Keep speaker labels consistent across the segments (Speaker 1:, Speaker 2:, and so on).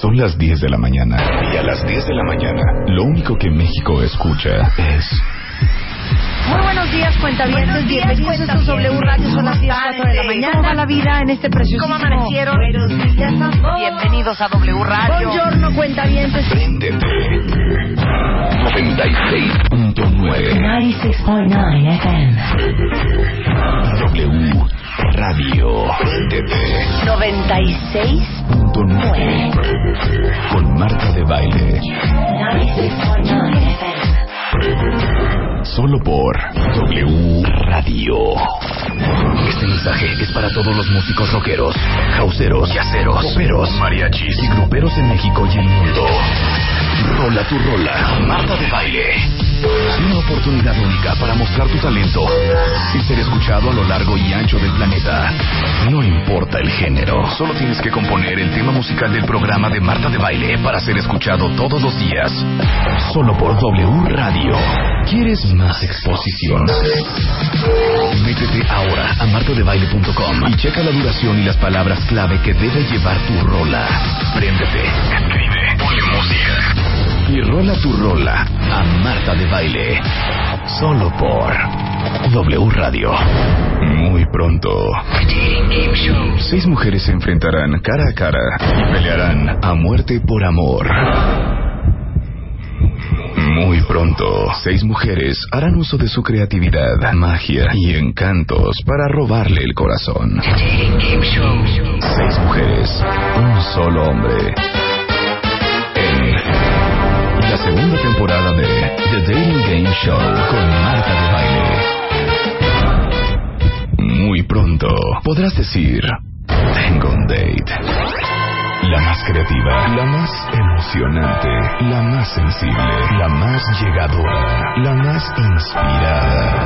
Speaker 1: Son las 10 de la mañana. Y a las 10 de la mañana, lo único que México escucha es...
Speaker 2: Muy buenos días, cuentavientes. Bienvenidos a su W Radio. Son las 10, cuatro de la mañana. ¿Cómo va la vida en este precioso
Speaker 3: ¿Cómo amanecieron? Bienvenidos a W Radio.
Speaker 2: Buongiorno, cuentavientes.
Speaker 1: Préndete. 96.9
Speaker 4: 96.9 FM.
Speaker 1: W Radio. Préndete.
Speaker 3: 96.
Speaker 1: 9 Con Marta de Baile.
Speaker 4: 96.9 FM.
Speaker 1: Solo por W Radio. Este mensaje es para todos los músicos rockeros, jauseros, yaceros, poperos, mariachis y gruperos en México y el mundo. Rola tu rola, Marta de Baile. Una oportunidad única para mostrar tu talento y ser escuchado a lo largo y ancho del planeta. No importa el género, solo tienes que componer el tema musical del programa de Marta de Baile para ser escuchado todos los días. Solo por W Radio. ¿Quieres más exposición? Métete ahora a martadebaile.com y checa la duración y las palabras clave que debe llevar tu rola. Préndete, escribe, ponle música. Y rola tu rola a Marta de Baile. Solo por W Radio. Muy pronto. Seis mujeres se enfrentarán cara a cara y pelearán a muerte por amor. Muy pronto, seis mujeres harán uso de su creatividad, magia y encantos para robarle el corazón. Seis mujeres, un solo hombre. En la segunda temporada de The Dating Game Show con Marta de Baile. Muy pronto podrás decir, tengo un date. La más creativa, la más emocionante, la más sensible, la más llegadora, la más inspirada.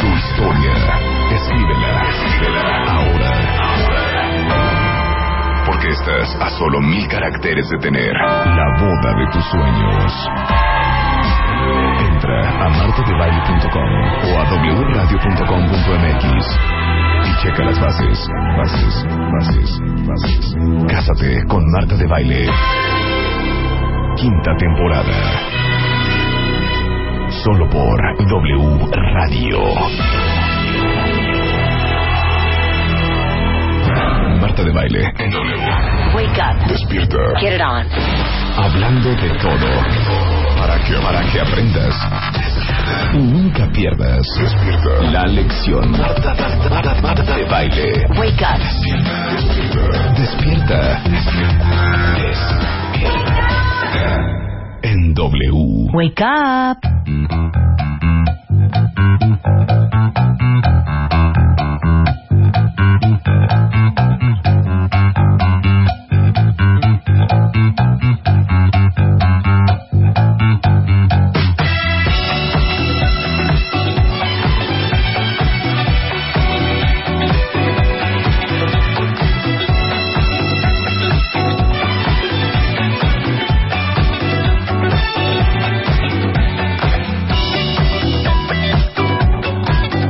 Speaker 1: Tu historia, escríbela, escríbela ahora. Porque estás a solo mil caracteres de tener la boda de tus sueños. Entra a martadebaile.com o a wradio.com.mx y checa las bases, bases, bases, bases. Cásate con Marta de Baile. Quinta temporada. Solo por W Radio. Marta de Baile. En W.
Speaker 3: Wake up.
Speaker 1: Despierta.
Speaker 3: Get it on.
Speaker 1: Hablando de todo. Para que, para que aprendas. Y nunca pierdas. La lección. de baile.
Speaker 3: Wake up.
Speaker 1: Despierta. En W.
Speaker 2: Wake up.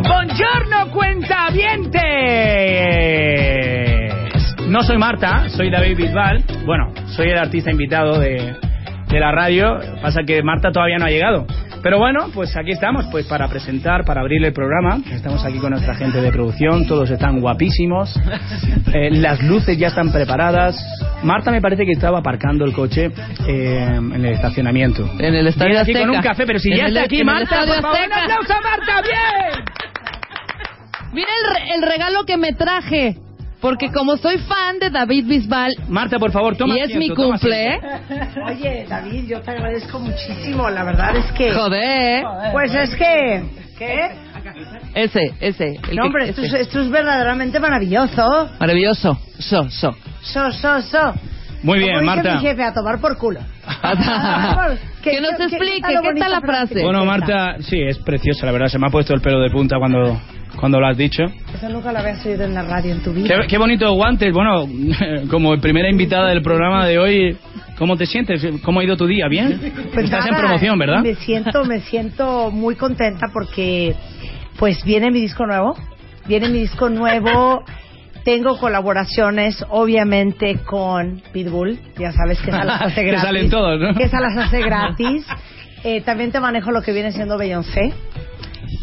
Speaker 5: Buongiorno, cuentavientes. No soy Marta, soy David Bisbal. Bueno, soy el artista invitado de, de la radio. Pasa que Marta todavía no ha llegado. Pero bueno, pues aquí estamos, pues para presentar, para abrir el programa. Estamos aquí con nuestra gente de producción, todos están guapísimos. Eh, las luces ya están preparadas. Marta me parece que estaba aparcando el coche eh, en el estacionamiento.
Speaker 6: En el estadio
Speaker 5: Viene aquí
Speaker 6: Azteca.
Speaker 5: con un café, pero si
Speaker 6: En
Speaker 5: ya
Speaker 6: el-
Speaker 5: está aquí
Speaker 6: en el
Speaker 5: Marta,
Speaker 6: estadio
Speaker 5: por favor, un
Speaker 6: Azteca.
Speaker 5: aplauso a Marta, bien.
Speaker 6: Mira el, re- el regalo que me traje. Porque como soy fan de David Bisbal
Speaker 5: Marta, por favor,
Speaker 6: y
Speaker 5: toma
Speaker 6: es mi
Speaker 5: asiento, toma
Speaker 6: cumple,
Speaker 5: asiento.
Speaker 2: Oye, David, yo te agradezco muchísimo. La verdad es que.
Speaker 6: joder.
Speaker 2: Pues es que. ¿Qué?
Speaker 6: Ese, ese. el
Speaker 2: No,
Speaker 6: que-
Speaker 2: hombre, esto, es-
Speaker 6: ese.
Speaker 2: esto es verdaderamente maravilloso.
Speaker 6: Maravilloso. So, so.
Speaker 2: So, so, so.
Speaker 5: Muy bien,
Speaker 2: ¿eh? Como dice
Speaker 5: Marta.
Speaker 2: mi jefe, a tomar por culo.
Speaker 6: Que nos explique, ¿qué
Speaker 2: bonita
Speaker 6: tal la frase?
Speaker 5: Bueno, Marta, sí, es preciosa, la verdad. Se me ha puesto el pelo de punta cuando, cuando lo has dicho.
Speaker 2: Eso nunca lo habías oído en la radio en tu vida.
Speaker 5: Qué, qué bonitos guantes. Bueno, como primera invitada del programa de hoy, ¿cómo te sientes? ¿Cómo ha ido tu día? ¿Bien?
Speaker 2: Pues
Speaker 5: Estás en
Speaker 2: nada,
Speaker 5: promoción, ¿verdad?
Speaker 2: Me siento, me siento muy contenta porque pues viene mi disco nuevo, viene mi disco nuevo. Tengo colaboraciones, obviamente, con Pitbull. Ya sabes que esas las hace
Speaker 5: Te
Speaker 2: gratis.
Speaker 5: salen todos, ¿no?
Speaker 2: Que esas las hace gratis. Eh, también te manejo lo que viene siendo Beyoncé.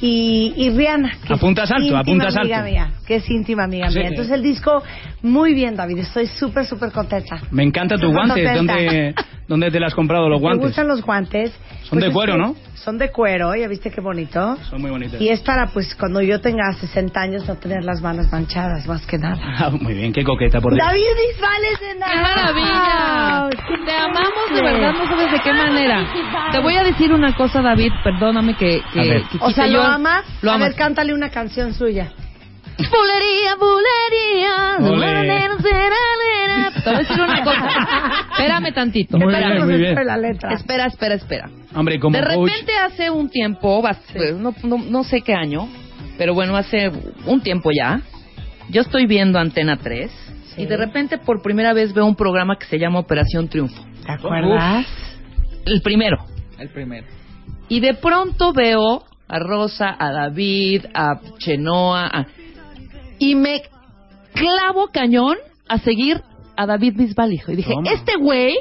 Speaker 2: Y, y Rihanna. que es
Speaker 5: Apuntas alto,
Speaker 2: íntima
Speaker 5: apuntas
Speaker 2: amiga
Speaker 5: alto.
Speaker 2: Mía, que es íntima amiga
Speaker 5: Sí.
Speaker 2: mía. Entonces el disco, muy bien, David. Estoy súper, súper contenta.
Speaker 5: Me encanta tus
Speaker 2: Estoy
Speaker 5: guantes.
Speaker 2: contenta.
Speaker 5: ¿Dónde, ¿Dónde te las has comprado los
Speaker 2: Me
Speaker 5: guantes?
Speaker 2: gustan los guantes.
Speaker 5: Son
Speaker 2: Pues
Speaker 5: de
Speaker 2: es
Speaker 5: cuero,
Speaker 2: que
Speaker 5: ¿no?
Speaker 2: Son de cuero, ya viste qué bonito.
Speaker 5: Son muy bonitas.
Speaker 2: Y es para, pues, cuando yo tenga 60 años no tener las manos manchadas, más que nada.
Speaker 5: Ah, muy bien, qué coqueta, por Dios.
Speaker 2: David Bisbal es de
Speaker 6: ¡Qué maravilla! Te amamos de verdad, no sabes de qué manera. Te voy a decir una cosa, David, perdóname que... que-
Speaker 5: A ver.
Speaker 6: que
Speaker 2: O
Speaker 6: quise
Speaker 2: sea, ¿lo
Speaker 6: yo-
Speaker 2: amas?
Speaker 6: Lo
Speaker 2: A
Speaker 6: amas.
Speaker 2: ver, cántale una canción suya.
Speaker 6: Bulería, bulería.
Speaker 5: Ole.
Speaker 6: Te voy a decir una cosa. Espérame tantito.
Speaker 5: Muy
Speaker 6: espérame.
Speaker 5: bien, muy bien.
Speaker 2: Pero la letra.
Speaker 6: Espera, espera, espera.
Speaker 5: Hombre, como
Speaker 6: de
Speaker 5: coach,
Speaker 6: repente hace un tiempo, bas- eh, no, no- no sé qué año, pero bueno, hace un tiempo ya, yo estoy viendo Antena 3
Speaker 2: Sí.
Speaker 6: y de repente por primera vez veo un programa que se llama Operación Triunfo.
Speaker 2: ¿Te acuerdas?
Speaker 6: El primero. El primero. Y de pronto veo a Rosa, a David, a Chenoa, a- y me clavo cañón a seguir a David Bisbal, hijo. Y dije,
Speaker 5: Toma.
Speaker 6: este güey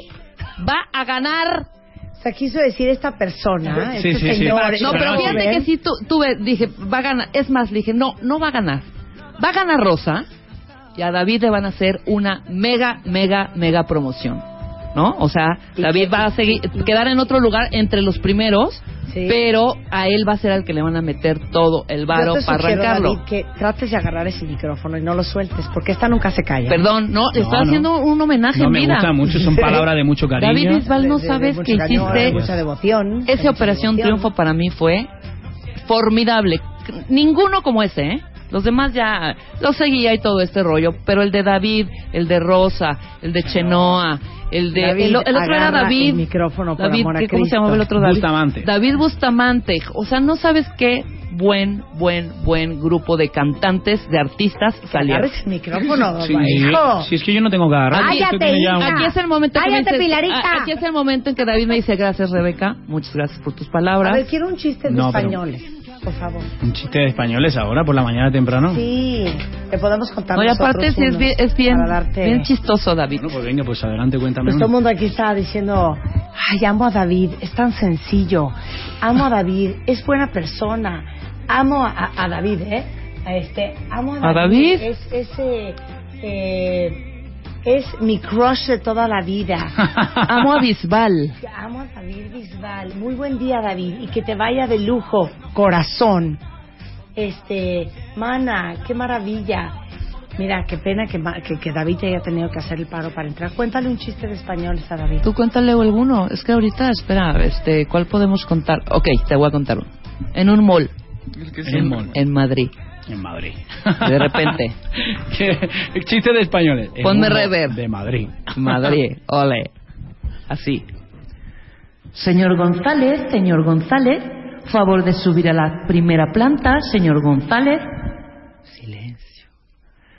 Speaker 6: va a ganar.
Speaker 2: O sea, quiso decir esta persona,
Speaker 5: Sí,
Speaker 2: este
Speaker 5: sí, sí.
Speaker 2: señor.
Speaker 5: Sí,
Speaker 6: No,
Speaker 2: este
Speaker 6: pero
Speaker 5: claro.
Speaker 6: fíjate que
Speaker 2: joven.
Speaker 6: sí tu- tuve, dije, va a ganar. Es más, le dije, no, no va a ganar. Va a ganar Rosa y a David le van a hacer una mega, mega, mega promoción. ¿No? O sea, David va a seguir, quedar en otro lugar entre los primeros,
Speaker 2: Sí.
Speaker 6: pero a él va a ser al que le van a meter todo el varo
Speaker 2: Yo te
Speaker 6: para
Speaker 2: sugiero,
Speaker 6: arrancarlo.
Speaker 2: David, que trates de agarrar ese micrófono y no lo sueltes, porque esta nunca se calla.
Speaker 6: Perdón, no, le
Speaker 5: No,
Speaker 6: estoy
Speaker 5: no.
Speaker 6: haciendo un homenaje
Speaker 5: no
Speaker 6: en
Speaker 5: me
Speaker 6: vida.
Speaker 5: gusta mucho, son palabras de mucho cariño.
Speaker 6: David Bisbal, no
Speaker 2: De- de- de
Speaker 6: sabes
Speaker 2: mucho
Speaker 6: que
Speaker 2: cariño, de
Speaker 6: hiciste
Speaker 2: mucha devoción. de
Speaker 6: Esa
Speaker 2: mucha
Speaker 6: operación
Speaker 2: devoción.
Speaker 6: triunfo para mí fue formidable. C- Ninguno como ese, ¿eh? Los demás ya los seguía y todo este rollo, pero el de David, el de Rosa, el de Chenoa, el de
Speaker 2: David,
Speaker 6: el, el otro era
Speaker 2: agarra
Speaker 6: David,
Speaker 2: el micrófono, por
Speaker 6: David,
Speaker 2: amor a
Speaker 6: ¿qué- ¿cómo se
Speaker 2: Cristo?
Speaker 6: llamaba el otro David?
Speaker 5: Bustamante.
Speaker 6: David Bustamante. O sea, no sabes qué buen, buen, buen grupo de cantantes, de artistas salieron.
Speaker 2: Agarres el micrófono,
Speaker 5: Sí,
Speaker 2: hijo.
Speaker 5: si es que yo no tengo que agarrar.
Speaker 6: Aquí-
Speaker 5: es que tú me llamas.
Speaker 6: Aquí es el momento. que me
Speaker 2: Cállate,
Speaker 6: dices-
Speaker 2: Pilarita.
Speaker 6: a- aquí es el momento en que David me dice gracias Rebeca, muchas gracias por tus palabras.
Speaker 2: A ver, quiero un chiste de
Speaker 5: No, pero-
Speaker 2: españoles, por favor.
Speaker 5: Un chiste de españoles ahora, por la mañana temprano.
Speaker 2: Sí, te podemos contar
Speaker 6: No, y aparte
Speaker 2: nosotros
Speaker 6: sí es
Speaker 2: unos
Speaker 6: bien, es bien,
Speaker 2: para darte-
Speaker 6: bien chistoso, David.
Speaker 5: Bueno, pues venga, pues adelante, cuéntame.
Speaker 2: Pues
Speaker 5: uno.
Speaker 2: todo el mundo aquí está diciendo, ay, amo a David, es tan sencillo. Amo a David, es buena persona. Amo a, a David, ¿eh? A este, amo a David.
Speaker 6: ¿A David?
Speaker 2: Es, es, eh, eh, es mi crush de toda la vida.
Speaker 6: Amo a Bisbal.
Speaker 2: Te Amo a David Bisbal. Muy buen día, David. Y que te vaya de lujo, corazón. Este, mana, qué maravilla. Mira, qué pena que, ma- que, que David haya tenido que hacer el paro para entrar. Cuéntale un chiste de españoles a David.
Speaker 6: Tú cuéntale alguno. Es que ahorita, espera, este, ¿cuál podemos contar? Ok, te voy a contar uno. En un mall.
Speaker 5: En un mall.
Speaker 6: En Madrid.
Speaker 5: En Madrid.
Speaker 6: De repente.
Speaker 5: ¿Qué? Chiste de españoles. En
Speaker 6: Ponme
Speaker 5: un mall
Speaker 6: reverb.
Speaker 5: De Madrid.
Speaker 6: Madrid, ole. Así. Señor González, señor González, favor de subir a la primera planta, señor González. Silencio.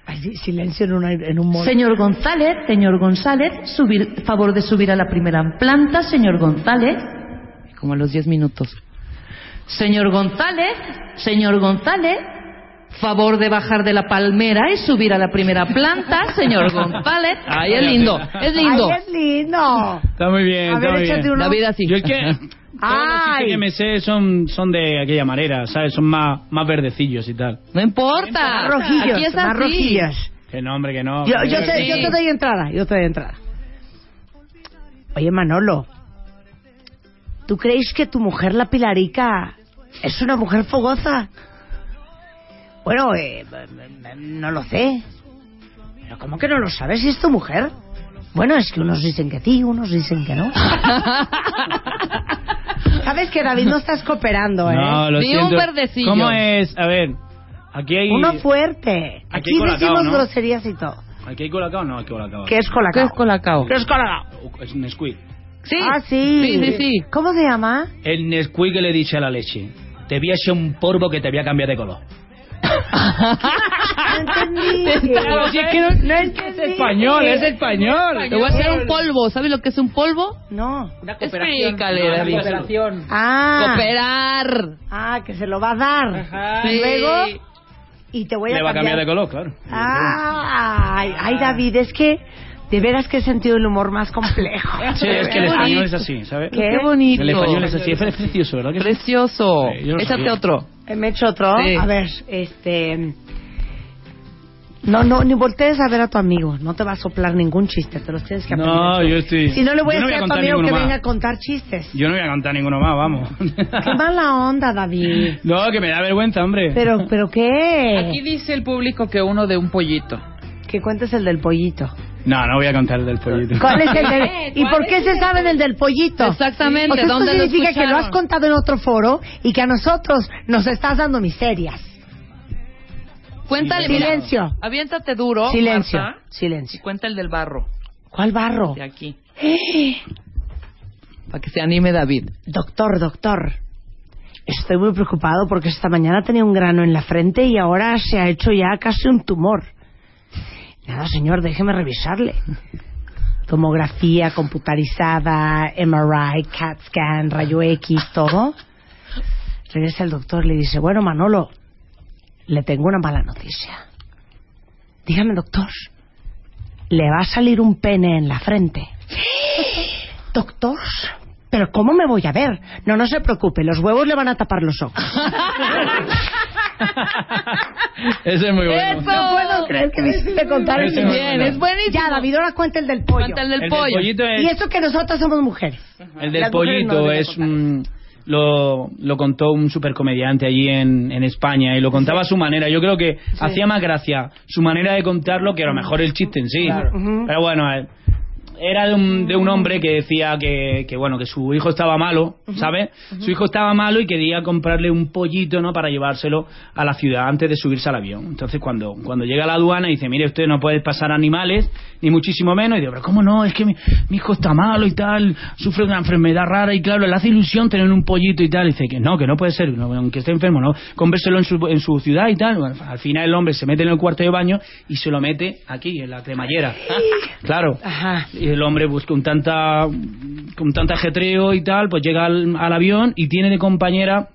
Speaker 2: Ay, sí, silencio en, una- en un mall.
Speaker 6: Señor González, señor González, subir, favor de subir a la primera planta, señor González. Como a los 10 minutos. Señor González, señor González, favor de bajar de la palmera y subir a la primera planta, señor González. Ay, es lindo, es lindo.
Speaker 2: Ay, es lindo.
Speaker 5: Está muy bien,
Speaker 2: A
Speaker 5: está
Speaker 2: ver,
Speaker 5: muy
Speaker 2: échate
Speaker 5: bien.
Speaker 2: uno.
Speaker 6: La vida así.
Speaker 5: Yo es que todos los
Speaker 2: Ay.
Speaker 5: chistes que me sé son, son de aquella manera, ¿sabes? Son más, más verdecillos y tal.
Speaker 6: No importa.
Speaker 2: Más rojillos,
Speaker 6: Aquí es
Speaker 2: más
Speaker 6: así.
Speaker 2: rojillos.
Speaker 5: Que no, hombre, que no.
Speaker 2: Yo, yo te,
Speaker 6: sí.
Speaker 2: yo te doy entrada, yo te doy entrada. Oye, Manolo, ¿tú crees que tu mujer, la Pilarica, es una mujer fogosa? Bueno, eh, no lo sé. ¿Pero cómo que no lo sabes si es tu mujer? Bueno, es que unos dicen que sí, unos dicen que no. Sabes que David no estás cooperando, ¿eh?
Speaker 5: No, lo
Speaker 6: Ni un
Speaker 5: siento.
Speaker 6: verdecillo.
Speaker 5: ¿Cómo es? A ver, aquí hay...
Speaker 2: Uno fuerte.
Speaker 5: Aquí
Speaker 2: Aquí
Speaker 5: colacao,
Speaker 2: decimos
Speaker 5: ¿no?
Speaker 2: groserías y todo.
Speaker 5: ¿Aquí hay colacao o no hay colacao?
Speaker 2: ¿Qué es
Speaker 6: ¿Qué
Speaker 2: colacao?
Speaker 6: es colacao?
Speaker 2: ¿Qué es colacao?
Speaker 5: Es Nesquik.
Speaker 6: Sí.
Speaker 2: Ah, sí.
Speaker 6: Sí, sí, sí.
Speaker 2: ¿Cómo se llama?
Speaker 5: El Nesquik que le dice a la leche. Te voy a hacer un polvo que te voy a cambiar de color.
Speaker 2: No entendí.
Speaker 5: Claro, si es que no, no es, que es español, es español.
Speaker 6: Te voy a hacer un polvo. ¿Sabes lo que es un polvo?
Speaker 2: No.
Speaker 7: Una
Speaker 6: Explícale,
Speaker 7: No, una
Speaker 6: David.
Speaker 7: cooperación.
Speaker 2: Ah.
Speaker 6: Cooperar.
Speaker 2: Ah, que se lo va a dar.
Speaker 7: Ajá.
Speaker 6: Sí.
Speaker 2: Luego, y te voy a
Speaker 5: Le va a cambiar de color, claro.
Speaker 2: Ah, ay, ay, David, es que de veras que he sentido el humor más complejo.
Speaker 5: Sí, es que
Speaker 6: Qué
Speaker 5: el español
Speaker 6: bonito.
Speaker 5: es así, ¿sabes?
Speaker 2: ¿Qué?
Speaker 6: Qué bonito.
Speaker 5: El español es así, es pre- precioso, ¿verdad? que sí?
Speaker 6: Precioso.
Speaker 5: Sí, yo no
Speaker 6: Échate
Speaker 5: sabía.
Speaker 6: otro.
Speaker 2: Me he hecho otro.
Speaker 6: Sí.
Speaker 2: A ver, este. No, no, ni voltees a ver a tu amigo. No te va a soplar ningún chiste, te los tienes que aprender.
Speaker 5: No, yo estoy...
Speaker 2: si no le voy a
Speaker 5: yo
Speaker 2: decir a, tu
Speaker 5: contar
Speaker 2: amigo que
Speaker 5: ninguno más.
Speaker 2: venga a contar chistes.
Speaker 5: Yo no voy a contar ninguno más, vamos.
Speaker 2: Qué mala onda, David.
Speaker 5: No, que me da vergüenza, hombre.
Speaker 2: Pero, pero
Speaker 7: Aquí
Speaker 2: qué?
Speaker 7: dice el público que uno de un pollito.
Speaker 2: Que cuentes el del pollito.
Speaker 5: No, no voy a contar el del pollito.
Speaker 2: ¿Cuál es el del- ¿Y por qué se saben el del pollito?
Speaker 6: Exactamente,
Speaker 2: O sea, esto
Speaker 6: ¿dónde lo
Speaker 2: significa que lo has
Speaker 6: escucharon?
Speaker 2: contado en otro foro y que a nosotros nos estás dando miserias.
Speaker 6: Cuéntale. mira.
Speaker 2: Silencio.
Speaker 6: Aviéntate duro.
Speaker 2: Silencio. Oh.
Speaker 6: Marta, y
Speaker 2: Silencio.
Speaker 6: cuenta el del barro.
Speaker 2: ¿Cuál barro? ¡Eh!
Speaker 6: De aquí. Para que se anime David.
Speaker 2: Doctor, doctor. Estoy muy preocupado porque esta mañana tenía un grano en la frente y ahora se ha hecho ya casi un tumor. Nada, señor, déjeme revisarle. Tomografía computarizada, MRI, CAT scan, rayo X, todo. Regresa el doctor y le dice, bueno, Manolo, le tengo una mala noticia. Dígame, doctor, le va a salir un pene en la frente. Doctor, pero ¿cómo me voy a ver? No, no se preocupe, los huevos le van a tapar los ojos.
Speaker 5: Ese es muy bueno.
Speaker 6: No puedo
Speaker 2: ¿Crees que me hiciste contar
Speaker 5: Ese
Speaker 2: el
Speaker 5: no
Speaker 6: Bien, es buenísimo.
Speaker 2: Ya, David, ahora cuenta el del pollo.
Speaker 6: Cuenta el del
Speaker 5: El del
Speaker 6: pollo.
Speaker 5: pollito
Speaker 2: Y
Speaker 5: es...
Speaker 2: eso que nosotras somos mujeres.
Speaker 5: El del
Speaker 2: Las mujeres no
Speaker 5: pollito
Speaker 2: deben
Speaker 5: es
Speaker 2: contar.
Speaker 5: un- Lo, lo contó un supercomediante allí en, en España y lo contaba a su manera. Yo creo que hacía más gracia su manera de contarlo que a lo mejor el chiste en sí.
Speaker 2: Ujú.
Speaker 5: Pero bueno, eh, era de un, de un hombre que decía que, que, bueno que su hijo estaba malo, ¿sabes? Su hijo estaba malo y quería comprarle un pollito, ¿no? Para llevárselo a la ciudad antes de subirse al avión. Entonces cuando cuando llega a la aduana dice, mire usted no puede pasar animales ni muchísimo menos. Y digo, pero cómo no, es que mi, mi hijo está malo y tal, sufre una enfermedad rara y claro le hace ilusión tener un pollito y tal. Y dice que no, que no puede ser, no, aunque esté enfermo, no, cómpreselo en su, en su ciudad y tal. Bueno, al final el hombre se mete en el cuarto de baño y se lo mete aquí en la cremallera. claro.
Speaker 2: Ajá.
Speaker 5: Y el hombre, pues con tanta con tanta ajetreo y tal, pues llega al, al avión y tiene de compañera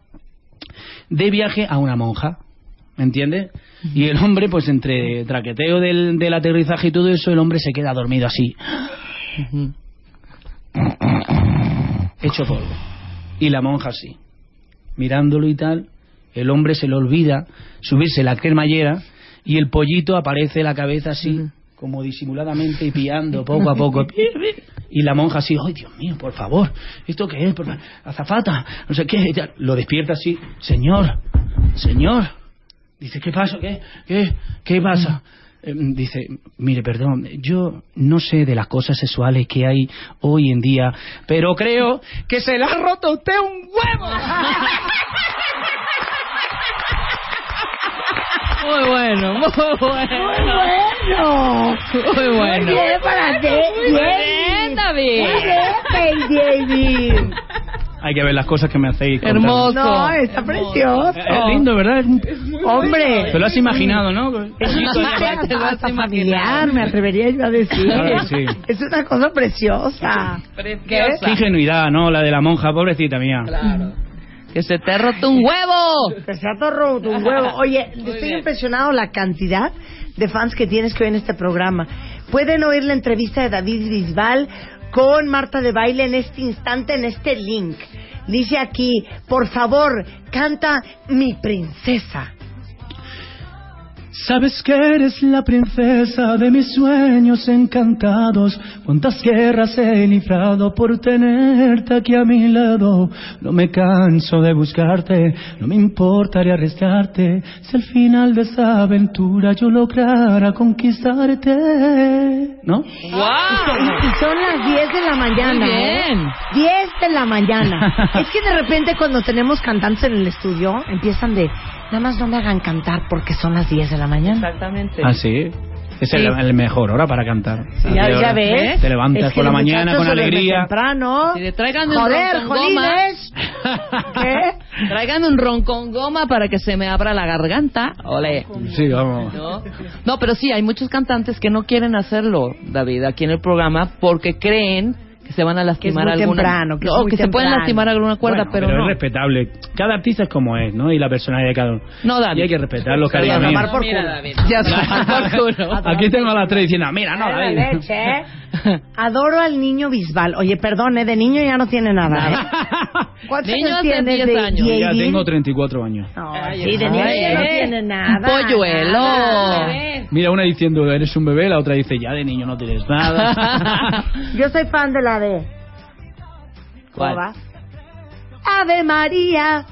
Speaker 5: de viaje a una monja. ¿Me entiendes? Y el hombre, pues entre traqueteo del, del aterrizaje y todo eso, el hombre se queda dormido así. Hecho polvo. Y la monja así. Mirándolo y tal, el hombre se le olvida subirse la cremallera y el pollito aparece la cabeza así, como disimuladamente y piando poco a poco. Y la monja así, ¡ay, Dios mío, por favor! ¿Esto qué es? Por fa- ¡Azafata! No sé qué. y tal. Lo despierta así, señor, señor. Dice, ¿qué pasa? ¿Qué? ¿Qué? ¿Qué pasa? Eh, Dice, mire, perdón, yo no sé de las cosas sexuales que hay hoy en día, pero creo que se le ha roto a usted un huevo.
Speaker 6: Muy bueno, muy bueno.
Speaker 2: ¡Bueno!
Speaker 6: Muy bueno.
Speaker 2: Muy bien para ti,
Speaker 6: Muy bien,
Speaker 2: David.
Speaker 6: David.
Speaker 2: Muy bien, David.
Speaker 5: Hay que ver las cosas que me hacéis. contar.
Speaker 6: Hermoso.
Speaker 2: No, está precioso.
Speaker 5: Eh, Es lindo, ¿verdad? Es un-
Speaker 2: Hombre.
Speaker 5: Te lo has imaginado, ¿no?
Speaker 2: Es una historia hasta familiar, me atrevería yo a decir.
Speaker 5: Claro que sí.
Speaker 2: Es una cosa preciosa.
Speaker 5: Qué ingenuidad, ¿no? La de la monja, pobrecita mía.
Speaker 6: Que se te ha roto un huevo.
Speaker 2: Que se ha torro tu huevo. Oye, estoy
Speaker 6: bien.
Speaker 2: impresionado la cantidad de fans que tienes que oír en este programa. Pueden oír la entrevista de David Bisbal con Marta de Baile en este instante, en este link. Dice aquí, por favor, canta Mi Princesa.
Speaker 8: Sabes que eres la princesa de mis sueños encantados. Cuántas guerras he librado por tenerte aquí a mi lado. No me canso de buscarte, no me importaría arrestarte. Si al final de esa aventura yo lograra conquistarte. ¿No?
Speaker 2: Y son las 10 de la mañana.
Speaker 6: Muy bien.
Speaker 2: ¿eh? 10 de la mañana. es que de repente cuando tenemos cantantes en el estudio, empiezan de, nada más no me hagan cantar porque son las 10 de la mañana.
Speaker 6: Exactamente.
Speaker 5: Ah, sí. Es el, el mejor hora para cantar.
Speaker 2: Ya,
Speaker 5: Te-
Speaker 2: ya ves.
Speaker 5: ¿eh? Te levantas
Speaker 2: Es que
Speaker 5: por la
Speaker 2: los
Speaker 5: mañana
Speaker 2: muchachos
Speaker 5: con
Speaker 2: se duermen
Speaker 5: alegría.
Speaker 2: Temprano.
Speaker 6: Si le traigan un
Speaker 2: Joder,
Speaker 6: roncongoma.
Speaker 2: jolines. ¿Qué?
Speaker 6: Traigan un roncongoma para que se me abra la garganta. Ole.
Speaker 5: Sí, vamos.
Speaker 6: ¿No? No, pero sí, hay muchos cantantes que no quieren hacerlo, David, aquí en el programa, porque creen que se van a lastimar
Speaker 2: muy
Speaker 6: alguna.
Speaker 2: temprano, que es
Speaker 6: No,
Speaker 2: muy
Speaker 6: que se pueden
Speaker 2: temprano.
Speaker 6: lastimar alguna cuerda,
Speaker 5: Bueno,
Speaker 6: pero,
Speaker 5: es
Speaker 6: no.
Speaker 5: respetable. Cada artista es como es, ¿no? Y la personalidad de cada uno.
Speaker 6: No, David.
Speaker 5: Y hay que respetarlo, cariño.
Speaker 2: A
Speaker 5: mío.
Speaker 2: tomar por
Speaker 6: Mira,
Speaker 2: culo.
Speaker 6: David. Ya, tomar por culo.
Speaker 5: Aquí tengo a las tres diciendo, mira, no,
Speaker 2: Ay, la
Speaker 5: David.
Speaker 2: leche, ¿eh? Adoro al niño Bisbal. Oye, perdón, ¿eh? de niño ya no tiene nada. ¿eh? ¿Cuántos
Speaker 6: Niños
Speaker 2: años
Speaker 6: de
Speaker 2: tienes
Speaker 6: 10
Speaker 2: de
Speaker 6: años.
Speaker 5: Ya
Speaker 2: Yair?
Speaker 5: tengo 34 años.
Speaker 2: No,
Speaker 6: Ay,
Speaker 2: sí, de niño
Speaker 6: ay,
Speaker 2: ya no
Speaker 6: eh.
Speaker 2: tiene nada.
Speaker 6: Un polluelo.
Speaker 2: nada.
Speaker 5: Mira, una diciendo, eres un bebé, la otra dice, ya de niño no tienes nada.
Speaker 2: Yo soy fan de la de.
Speaker 6: ¿Cuál?
Speaker 2: ¿Cómo va? Ave María,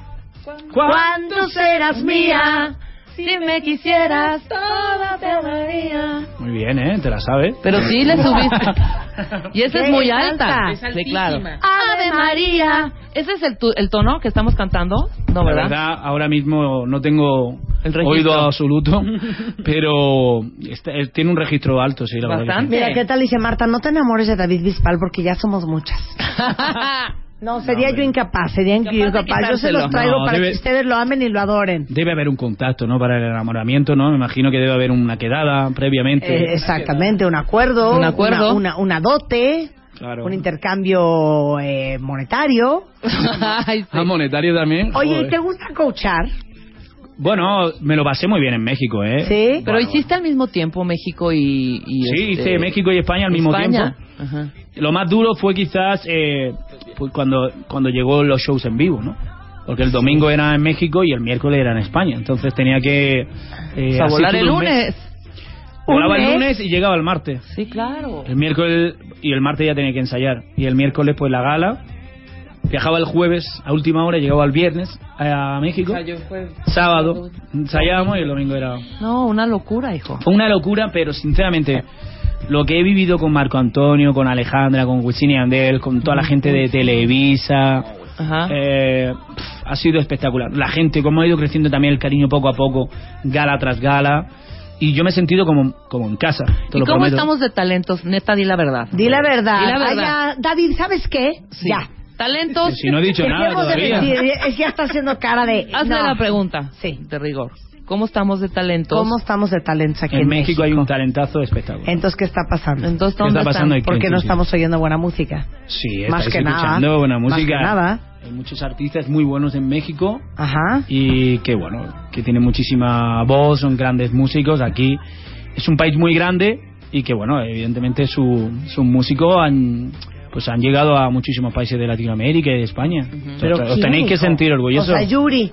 Speaker 2: ¿cuándo serás mía?
Speaker 6: Si me quisieras, toda te amaría.
Speaker 5: Muy bien, ¿eh? Te la sabes.
Speaker 6: Pero sí le subiste. Y esa
Speaker 2: ¿Qué?
Speaker 6: es muy
Speaker 2: Es
Speaker 6: alta.
Speaker 2: alta. Es
Speaker 6: sí, claro.
Speaker 2: Ave María.
Speaker 6: ¿Ese es el, tu- el tono que estamos cantando? No,
Speaker 5: La
Speaker 6: ¿verdad?
Speaker 5: verdad, ahora mismo no tengo
Speaker 6: El registro.
Speaker 5: oído absoluto, pero está- eh, tiene un registro alto, sí, la verdad.
Speaker 6: Bastante.
Speaker 5: que sí.
Speaker 2: Mira, ¿qué tal? Dice Marta, no te enamores de David Bisbal porque ya somos muchas. No, sería yo incapaz, sería incapaz. Yo se los
Speaker 6: quitárselo.
Speaker 2: traigo
Speaker 5: No,
Speaker 2: para
Speaker 5: debe-
Speaker 2: que ustedes lo amen y lo adoren.
Speaker 5: Debe haber un contacto, ¿no? Para el enamoramiento, ¿no? Me imagino que debe haber una quedada
Speaker 2: Eh,
Speaker 5: previamente.
Speaker 2: exactamente, un acuerdo,
Speaker 6: Un acuerdo.
Speaker 2: una, una, una dote,
Speaker 5: Claro.
Speaker 2: un intercambio eh, monetario.
Speaker 6: Ay, sí.
Speaker 5: Ah, monetario también.
Speaker 2: Oye, ¿y
Speaker 5: Joder.
Speaker 2: ¿te gusta coachar?
Speaker 5: Bueno, me lo pasé muy bien en México, ¿eh?
Speaker 2: Sí.
Speaker 6: Pero hiciste al mismo tiempo México y... y este,
Speaker 5: Sí, hice México y España al mismo
Speaker 6: España.
Speaker 5: tiempo.
Speaker 6: Ajá.
Speaker 5: Lo más duro fue quizás eh, pues cuando, cuando llegó los shows en vivo, ¿no? Porque el domingo era en México y el miércoles era en España. Entonces tenía que...
Speaker 6: O
Speaker 5: Eh,
Speaker 6: sea,
Speaker 5: así
Speaker 6: volar
Speaker 5: todo
Speaker 6: el
Speaker 5: un mes.
Speaker 6: lunes.
Speaker 5: Volaba
Speaker 2: mes.
Speaker 5: el lunes y llegaba el martes.
Speaker 6: Sí, claro.
Speaker 5: El miércoles y el martes ya tenía que ensayar. Y el miércoles pues la gala. Viajaba el jueves a última hora, llegaba el viernes a México. Sábado ensayábamos y el domingo era...
Speaker 6: No, una locura, hijo.
Speaker 5: Fue una locura, pero sinceramente, lo que he vivido con Marco Antonio, con Alejandra, con Wisin y Andel, con toda la gente de Televisa,
Speaker 6: Ajá.
Speaker 5: eh, pf, ha sido espectacular. La gente, cómo ha ido creciendo también el cariño poco a poco, gala tras gala, y yo me he sentido como, como en casa. Te
Speaker 6: ¿Y
Speaker 5: lo
Speaker 6: cómo
Speaker 5: prometo.
Speaker 6: estamos de talentos? Neta, di la verdad.
Speaker 2: Di la verdad.
Speaker 6: Di la verdad.
Speaker 2: Ay, ya, David, ¿sabes qué?
Speaker 6: Sí.
Speaker 2: Ya.
Speaker 6: Talentos.
Speaker 5: Si no he dicho nada
Speaker 2: Dejemos de
Speaker 5: todavía.
Speaker 2: mentir. Es- Ya está haciendo cara de.
Speaker 6: Hazme
Speaker 2: no.
Speaker 6: la pregunta.
Speaker 2: Sí.
Speaker 6: De rigor. ¿Cómo estamos de talentos?
Speaker 2: ¿Cómo estamos de talentos aquí en,
Speaker 5: En México hay un talentazo espectacular.
Speaker 2: Entonces, ¿qué está pasando?
Speaker 6: Entonces,
Speaker 5: ¿Qué
Speaker 6: ¿dónde
Speaker 5: está pasando
Speaker 6: están?
Speaker 5: aquí?
Speaker 2: ¿Por qué
Speaker 5: Sí,
Speaker 2: no
Speaker 5: sí.
Speaker 2: estamos oyendo buena música?
Speaker 5: Sí,
Speaker 2: Más
Speaker 5: estáis
Speaker 2: que nada,
Speaker 5: escuchando buena
Speaker 2: más
Speaker 5: música.
Speaker 2: que nada.
Speaker 5: Hay muchos artistas muy buenos en México
Speaker 2: Ajá.
Speaker 5: y que bueno, que tiene muchísima voz, son grandes músicos aquí. Es un país muy grande y que bueno, evidentemente su- sus músicos han pues han llegado a muchísimos países de Latinoamérica y de España. Os- os
Speaker 2: ¿quién,
Speaker 5: tenéis que
Speaker 2: hijo?
Speaker 5: sentir orgullosos.
Speaker 2: O sea, Yuri.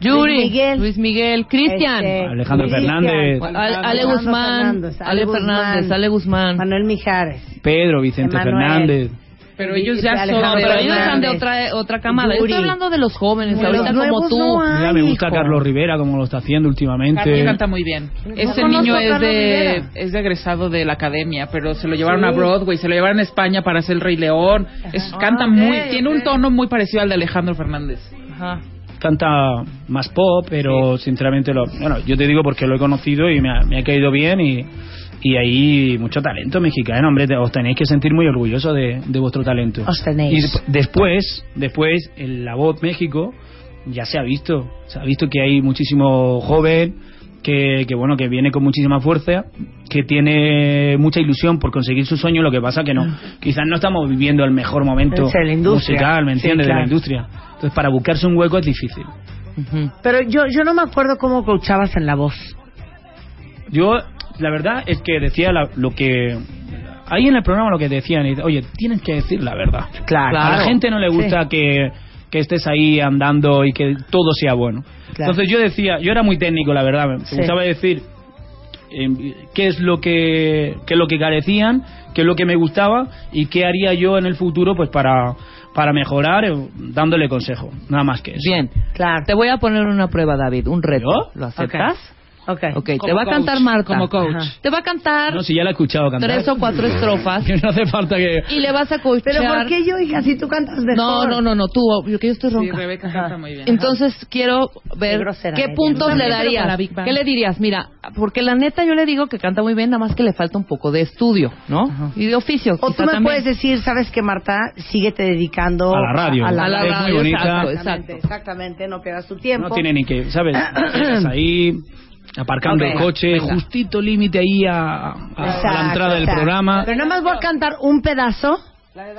Speaker 6: Yuri,
Speaker 2: Luis Miguel.
Speaker 6: Luis Miguel, Cristian,
Speaker 2: Este,
Speaker 5: Alejandro
Speaker 2: Cristian,
Speaker 5: Fernández.
Speaker 6: Al- Ale
Speaker 2: Alejandro
Speaker 6: Guzmán,
Speaker 2: Fernández,
Speaker 6: Ale Fernández, Ale Guzmán.
Speaker 2: Manuel Mijares.
Speaker 5: Pedro, Vicente
Speaker 2: Emanuel.
Speaker 5: Fernández.
Speaker 6: Pero
Speaker 2: ellos ya
Speaker 6: No,
Speaker 2: son-
Speaker 6: pero ellos
Speaker 2: Fernández.
Speaker 6: son de otra, otra camada. Yo
Speaker 2: Yuri.
Speaker 6: estoy hablando de los jóvenes,
Speaker 2: Los
Speaker 6: Pues ahorita como
Speaker 2: nuevos
Speaker 6: tú.
Speaker 2: no hay.
Speaker 5: Mira, me gusta
Speaker 2: hijo.
Speaker 5: Carlos Rivera como lo está haciendo últimamente.
Speaker 9: Carlos canta muy bien. Ese
Speaker 2: conozco
Speaker 9: niño
Speaker 2: a
Speaker 9: es
Speaker 2: Carlos
Speaker 9: de,
Speaker 2: Rivera.
Speaker 9: es de egresado de la academia, pero se lo llevaron
Speaker 2: Sí.
Speaker 9: a Broadway, se lo llevaron a España para hacer El Rey León. Es- canta
Speaker 6: Ah, ok,
Speaker 9: muy, tiene
Speaker 6: ok.
Speaker 9: un tono muy parecido al de Alejandro Fernández.
Speaker 6: Ajá.
Speaker 5: canta más pop, pero sinceramente, lo, bueno, yo te digo porque lo he conocido y me ha, me ha caído bien y, y hay mucho talento mexicano, hombre, te- os tenéis que sentir muy orgullosos de, de vuestro talento.
Speaker 2: Os tenéis.
Speaker 5: Y desp- después, después, en La Voz México ya se ha visto, se ha visto que hay muchísimo joven. Que, que bueno que viene con muchísima fuerza que tiene mucha ilusión por conseguir su sueño lo que pasa que no
Speaker 2: Mm.
Speaker 5: quizás no estamos viviendo el mejor momento
Speaker 2: Es de la industria.
Speaker 5: musical me
Speaker 2: Sí,
Speaker 5: entiendes de la
Speaker 2: claro.
Speaker 5: industria entonces para buscarse un hueco es difícil
Speaker 6: Ujú.
Speaker 2: Pero yo, yo no me acuerdo cómo coachabas en la voz.
Speaker 5: Yo, la verdad es que decía la- lo que. Ahí en el programa lo que decían, y, oye, tienes que decir la verdad.
Speaker 2: Claro.
Speaker 5: A la gente no le gusta que, que estés ahí andando y que todo sea bueno.
Speaker 2: Claro.
Speaker 5: Entonces yo decía, yo era muy técnico, la verdad, me
Speaker 2: Sí.
Speaker 5: gustaba decir em, qué es lo que qué es lo que carecían, qué es lo que me gustaba y qué haría yo en el futuro pues para para mejorar eh, dándole consejo, nada más que eso.
Speaker 6: Bien, claro. Te voy a poner una prueba, David, un reto. ¿Lo aceptas?
Speaker 2: Ok.
Speaker 6: okay. Te
Speaker 5: Como
Speaker 6: va a cantar
Speaker 5: coach,
Speaker 6: Marta.
Speaker 5: como coach.
Speaker 6: Ajá. Te va a cantar
Speaker 5: No, si ya la he escuchado cantar.
Speaker 6: tres o cuatro estrofas.
Speaker 5: no hace falta que
Speaker 6: y le vas a coachar.
Speaker 2: Pero ¿por qué yo, hija, si tú cantas mejor?
Speaker 6: No, no, no, no, tú, yo que yo estoy ronca.
Speaker 10: Rebeca canta muy bien.
Speaker 6: Entonces quiero
Speaker 2: Qué
Speaker 6: ver
Speaker 2: grosera
Speaker 6: qué
Speaker 2: eres.
Speaker 6: puntos le
Speaker 10: También, pero para
Speaker 6: darías.
Speaker 10: Big Bang.
Speaker 6: ¿Qué le dirías? Mira, porque la neta yo le digo que canta muy bien, nada más que le falta un poco de estudio, ¿no? Y de oficio.
Speaker 2: O
Speaker 6: quizá
Speaker 2: tú me
Speaker 6: también.
Speaker 2: puedes decir, ¿sabes qué, Marta? Síguete dedicando
Speaker 5: A la radio.
Speaker 2: A la,
Speaker 6: Oh, a la
Speaker 5: Es muy
Speaker 6: radio,
Speaker 5: bonita.
Speaker 6: exacto,
Speaker 2: Exactamente,
Speaker 6: exacto.
Speaker 2: exactamente, no pierdas tu tiempo.
Speaker 5: No tiene ni que, ¿sabes? Estás ahí aparcando
Speaker 6: Ok,
Speaker 5: el coche
Speaker 6: venga.
Speaker 5: justito límite ahí a, a- a la
Speaker 2: Exacto,
Speaker 5: entrada del
Speaker 2: exacto.
Speaker 5: programa.
Speaker 2: Pero nada más voy a cantar un pedazo.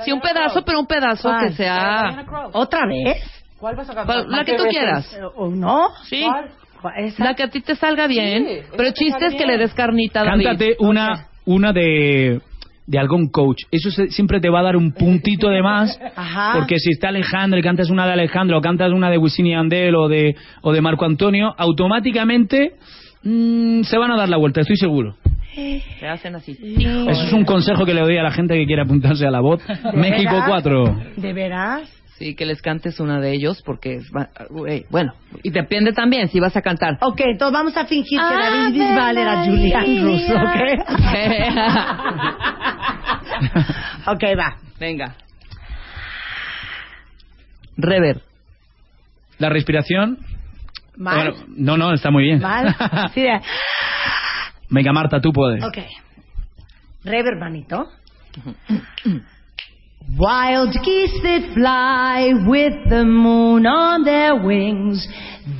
Speaker 6: Sí, un pedazo, pero un pedazo
Speaker 2: ¿Cuál?
Speaker 6: que sea...
Speaker 2: ¿Otra vez?
Speaker 10: ¿Cuál vas a
Speaker 5: Pues,
Speaker 6: Pero La que tú
Speaker 10: este?
Speaker 6: quieras.
Speaker 2: ¿O no?
Speaker 6: Sí.
Speaker 2: ¿Cuál? Esa.
Speaker 6: La que a ti te salga bien,
Speaker 10: Sí,
Speaker 6: pero el
Speaker 10: esa te
Speaker 6: chiste
Speaker 10: sale
Speaker 6: es que
Speaker 10: bien.
Speaker 6: le des carnita, David.
Speaker 5: Cántate una, una de, de algún coach. Eso se- siempre te va a dar un puntito de más.
Speaker 6: Ah.
Speaker 2: Ajá.
Speaker 5: Porque si está Alejandro y cantas una de Alejandro, o cantas una de Wisin y Andel o de, o de Marco Antonio, automáticamente mm, se van a dar la vuelta, estoy seguro.
Speaker 6: Te hacen así.
Speaker 5: Eso es un consejo que le doy a la gente que quiere apuntarse a la voz. México
Speaker 2: veras?
Speaker 5: 4.
Speaker 2: ¿De veras?
Speaker 6: Sí, que les cantes una de ellos porque es... va- güey, Bueno, y depende también si vas a cantar.
Speaker 2: Ok, entonces vamos a fingir
Speaker 5: Ah,
Speaker 2: que David
Speaker 6: Ave
Speaker 2: Bisbal era
Speaker 6: María.
Speaker 2: Julian Russo, ¿ok? ok, va.
Speaker 6: Venga. Rever.
Speaker 5: La respiración.
Speaker 2: Mal.
Speaker 5: Bueno, no, no, está muy bien.
Speaker 2: Mal. Sí, de-
Speaker 5: Venga, Marta, tú puedes.
Speaker 2: Ok. Rever, manito. Wild geese that fly with the moon on their wings.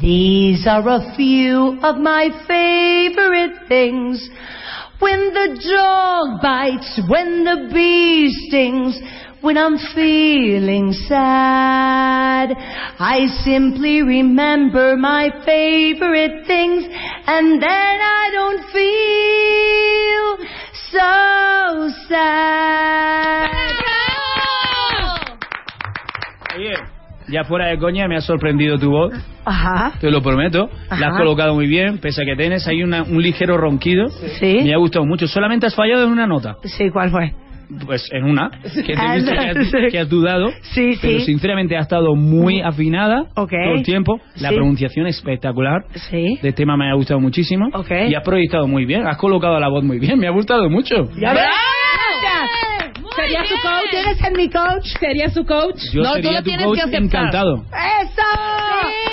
Speaker 2: These are a few of my favorite things. When the dog bites, when the bee stings, when I'm feeling sad, I simply remember my favorite things and then I don't feel so sad.
Speaker 5: Oye, ya fuera de coña, me ha sorprendido tu voz.
Speaker 2: Ajá.
Speaker 5: Te lo prometo. La has
Speaker 2: Ajá.
Speaker 5: colocado muy bien, pese a que tienes ahí una- un ligero ronquido.
Speaker 2: Sí.
Speaker 5: Me ha gustado mucho. Solamente has fallado en una nota.
Speaker 2: Sí, ¿cuál fue?
Speaker 5: Pues en una, que, te he
Speaker 2: Ah,
Speaker 5: visto que, has,
Speaker 2: sí.
Speaker 5: que has dudado.
Speaker 2: Sí,
Speaker 5: Pero
Speaker 2: sí.
Speaker 5: sinceramente ha estado muy afinada
Speaker 2: Ok.
Speaker 5: todo el tiempo. La
Speaker 2: Sí.
Speaker 5: pronunciación espectacular.
Speaker 2: Sí.
Speaker 5: Este tema me ha gustado muchísimo.
Speaker 2: Ok.
Speaker 5: Y has proyectado muy bien. Has colocado la voz muy bien. Me ha gustado mucho.
Speaker 2: ¡Ya ves! ¿Sería tu coach? ¿Eres en mi coach?
Speaker 10: ¿Sería su coach?
Speaker 5: Yo
Speaker 6: No, tú
Speaker 5: sería
Speaker 6: la
Speaker 5: tu
Speaker 6: tienes
Speaker 5: coach
Speaker 6: que aceptar.
Speaker 5: encantado.
Speaker 2: ¡Eso!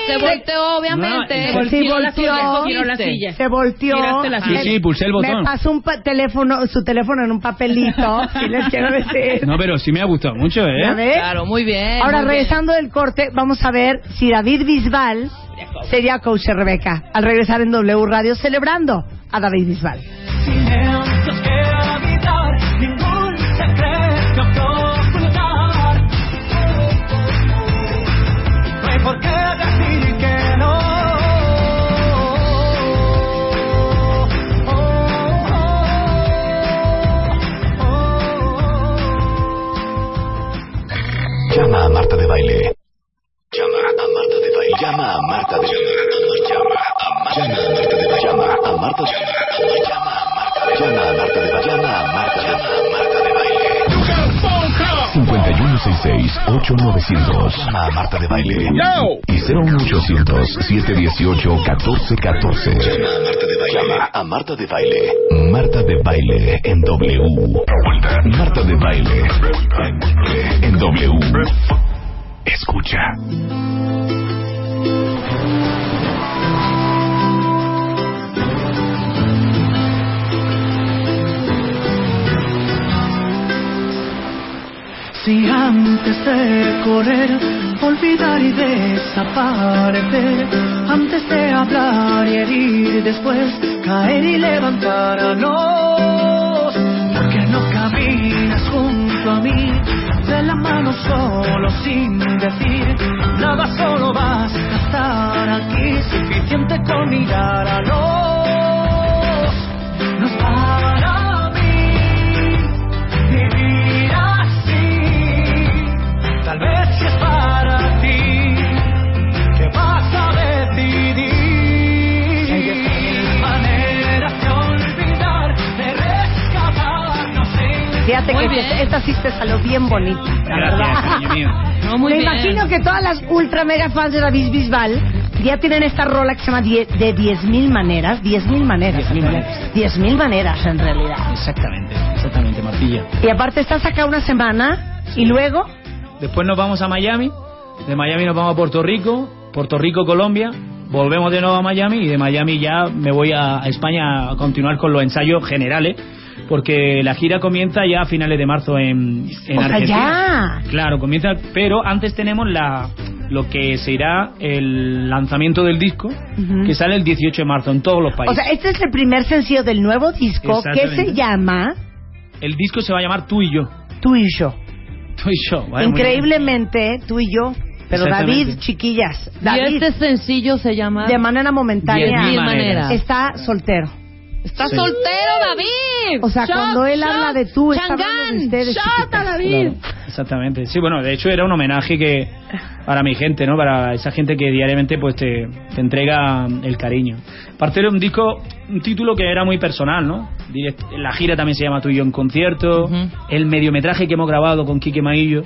Speaker 6: Se volteó, obviamente.
Speaker 5: No,
Speaker 2: Sí,
Speaker 10: la silla,
Speaker 2: volteó.
Speaker 10: giró la
Speaker 6: Viste.
Speaker 10: silla.
Speaker 2: Se volteó.
Speaker 10: Giraste la
Speaker 5: Sí,
Speaker 10: silla.
Speaker 5: sí, pulsé el botón.
Speaker 2: Me pasó un pa- teléfono, su teléfono en un papelito, si les quiero decir.
Speaker 5: No, ¿eh? pero sí me ha gustado mucho, ¿eh?
Speaker 2: ¿Ya ves?
Speaker 6: Claro, muy bien.
Speaker 2: Ahora,
Speaker 6: Eh, muy bien.
Speaker 2: regresando del corte, vamos a ver si David Bisbal sería coach de Rebeca al regresar en W Radio celebrando a David Bisbal.
Speaker 1: Llama a Marta de Baile. Llama a Marta de Baile. Llama a Marta de Baile. Llama a Marta de Baile. Llama a Marta de Baile. Llama a Marta de Baile. Llama a Marta de Baile. Llama a Marta de Baile. Llama a Marta de Baile. 5166-8900. Llama a Marta de Baile. Y 01800-718-1414. Llama a Marta de Baile. Llama a Marta de Baile. Marta de Baile en W. Marta de Baile en W. Escucha.
Speaker 5: Si antes de correr, olvidar y desaparecer, antes de hablar y herir, después caer y levantarnos, porque no caminas junto a mí, de la mano solo sin decir nada, solo vas a estar aquí, suficiente con mirar a los, no es para mí vivir así. Tal vez si es para ti que vas a decidir. Si hay diez mil maneras de olvidar.
Speaker 2: Fíjate
Speaker 6: Muy
Speaker 2: que
Speaker 6: bien.
Speaker 2: te- esta sí te salió bien bonita. la
Speaker 6: Gracias,
Speaker 2: verdad.
Speaker 6: cariño mío. No, muy
Speaker 2: Me
Speaker 6: bien.
Speaker 2: imagino que todas las ultra mega fans de David Bisbal ya tienen esta rola que se llama Die- de 10.000 maneras. 10.000 maneras. en realidad. 10.000 maneras en realidad.
Speaker 5: Exactamente, exactamente, Martilla.
Speaker 2: Y aparte estás acá una semana y luego...
Speaker 5: Después nos vamos a Miami, de Miami nos vamos a Puerto Rico, Puerto Rico, Colombia, volvemos de nuevo a Miami y de Miami ya me voy a, a España a continuar con los ensayos generales, porque la gira comienza ya a finales de marzo en, en
Speaker 2: o sea,
Speaker 5: Argentina.
Speaker 2: ya.
Speaker 5: Claro, comienza, pero antes tenemos la lo que será el lanzamiento del disco,
Speaker 2: Ujú.
Speaker 5: que sale el 18 de marzo en todos los
Speaker 2: O
Speaker 5: países.
Speaker 2: sea, este es el primer sencillo del nuevo disco que
Speaker 5: Exactamente.
Speaker 2: se llama
Speaker 5: el disco se va a llamar Tú y yo.
Speaker 2: Tú y yo.
Speaker 5: Tú y yo. vale, muy bien.
Speaker 2: Increíblemente, tú y yo. Pero
Speaker 5: Exactamente.
Speaker 2: David, chiquillas,
Speaker 6: Y
Speaker 2: David
Speaker 6: este sencillo se llama...
Speaker 2: de manera momentánea
Speaker 6: Diez mil maneras.
Speaker 2: está soltero.
Speaker 6: ¡Está
Speaker 2: Sí.
Speaker 6: soltero, David!
Speaker 2: O sea,
Speaker 6: Shot,
Speaker 2: cuando él
Speaker 6: shot,
Speaker 2: habla de tú, está hablando de
Speaker 6: Changán,
Speaker 2: ustedes,
Speaker 6: shot
Speaker 2: chiquitas.
Speaker 6: a David!
Speaker 5: Claro, exactamente. Sí, bueno, de hecho era un homenaje que para mi gente, ¿no? Para esa gente que diariamente pues te, te entrega el cariño. Aparte era un disco, un título que era muy personal, ¿no? Direct- la gira también se llama Tú y yo en concierto, el mediometraje que hemos grabado con Quique Maillo,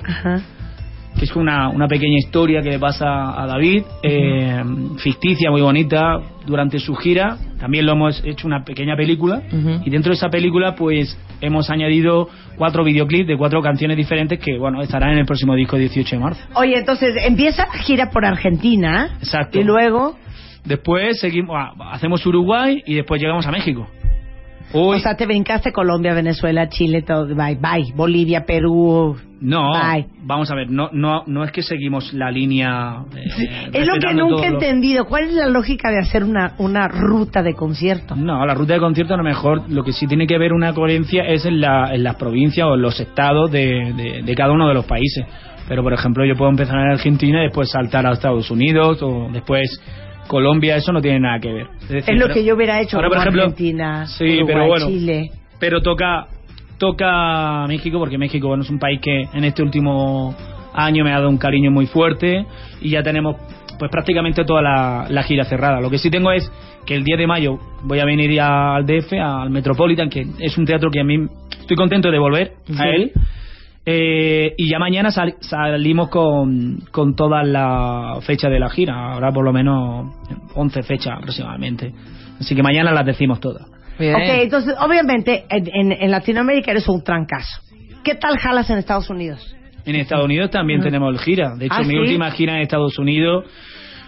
Speaker 5: que es una, una pequeña historia que le pasa a David, eh, ficticia, muy bonita, durante su gira. También lo hemos hecho una pequeña película. Y dentro de esa película, pues hemos añadido cuatro videoclips de cuatro canciones diferentes que, bueno, estarán en el próximo disco 18 de marzo.
Speaker 2: Oye, entonces empieza la gira por Argentina.
Speaker 5: Exacto.
Speaker 2: Y luego,
Speaker 5: Después seguimos, ah, hacemos Uruguay y después llegamos a México. Uy,
Speaker 2: o sea, te brincaste Colombia, Venezuela, Chile, todo. Bye, bye. Bolivia, Perú.
Speaker 5: no,
Speaker 2: bye.
Speaker 5: vamos a ver, no, no, no es que seguimos la línea. eh,
Speaker 2: Es lo que
Speaker 5: respetando
Speaker 2: nunca
Speaker 5: todos
Speaker 2: he
Speaker 5: los-
Speaker 2: entendido. ¿Cuál es la lógica de hacer una, una ruta de concierto?
Speaker 5: No, la ruta de concierto a lo mejor lo que sí tiene que ver una coherencia es en, la- en las provincias o en los estados de, de- de cada uno de los países. Pero, por ejemplo, yo puedo empezar en Argentina y después saltar a Estados Unidos o después Colombia, eso no tiene nada que ver. Es, decir,
Speaker 2: es lo
Speaker 5: pero-
Speaker 2: que yo hubiera hecho
Speaker 5: ahora,
Speaker 2: como
Speaker 5: por ejemplo,
Speaker 2: Argentina,
Speaker 5: sí,
Speaker 2: Uruguay,
Speaker 5: pero bueno.
Speaker 2: Chile.
Speaker 5: pero toca toca México porque México bueno es un país que en este último año me ha dado un cariño muy fuerte y ya tenemos pues prácticamente toda la, la gira cerrada lo que sí tengo es que el 10 de mayo voy a venir ya al DF al Metropolitan que es un teatro que a mí estoy contento de volver
Speaker 1: Sí.
Speaker 5: a él Eh, y ya mañana sal- salimos con, con todas las fechas de la gira habrá por lo menos 11 fechas aproximadamente así que mañana las decimos todas
Speaker 2: Ok, entonces, obviamente, en, en- en Latinoamérica eres un trancazo. ¿Qué tal jalas en Estados Unidos?
Speaker 5: En Estados Unidos también tenemos el gira. De hecho,
Speaker 2: Ah,
Speaker 5: mi
Speaker 2: ¿sí?
Speaker 5: última gira en Estados Unidos,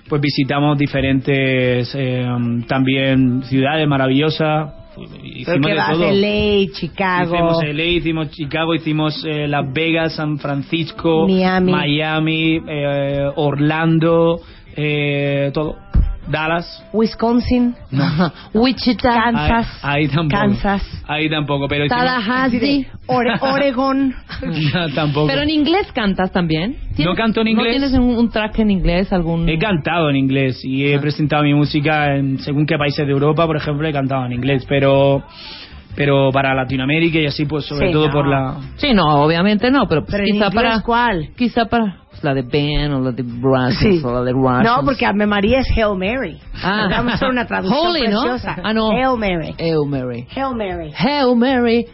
Speaker 5: pues visitamos diferentes eh, también ciudades maravillosas.
Speaker 2: Pero
Speaker 5: Hicimos
Speaker 2: que
Speaker 5: de
Speaker 2: vas
Speaker 5: todo.
Speaker 2: a LA, Chicago.
Speaker 5: Hicimos LA, hicimos Chicago, hicimos eh, Las Vegas, San Francisco,
Speaker 2: Miami.
Speaker 5: Miami, eh, Orlando, eh, todo. Dallas.
Speaker 2: Wisconsin, Wichita, Kansas,
Speaker 5: Ahí, ahí tampoco.
Speaker 2: Kansas,
Speaker 5: Ahí tampoco, pero hicimos-
Speaker 2: Tallahassee, Ore- Oregon.
Speaker 5: Ya, tampoco.
Speaker 6: Pero en inglés cantas también.
Speaker 5: No canto en
Speaker 6: ¿No
Speaker 5: inglés.
Speaker 6: tienes un, un track en inglés? algún
Speaker 5: He cantado en inglés y he presentado mi música en según qué países de Europa, por ejemplo, he cantado en inglés, pero pero para Latinoamérica y así pues sobre
Speaker 6: Sí,
Speaker 5: todo
Speaker 6: no.
Speaker 5: por la
Speaker 6: Sí, no, obviamente no, pero, pues,
Speaker 2: Pero en
Speaker 6: quizá
Speaker 2: inglés,
Speaker 6: para...
Speaker 2: ¿Cuál?
Speaker 6: Quizá para... pues, la de Ben o la de Brussels
Speaker 2: Sí.
Speaker 6: o la de Russians.
Speaker 2: No, porque Ave María es Hail Mary.
Speaker 6: Ah.
Speaker 2: Vamos a hacer una traducción
Speaker 6: Holy, ¿no?
Speaker 2: preciosa.
Speaker 6: Ah, no.
Speaker 2: Hail Mary.
Speaker 6: Hail Mary.
Speaker 2: Hail Mary.
Speaker 6: Hail Mary.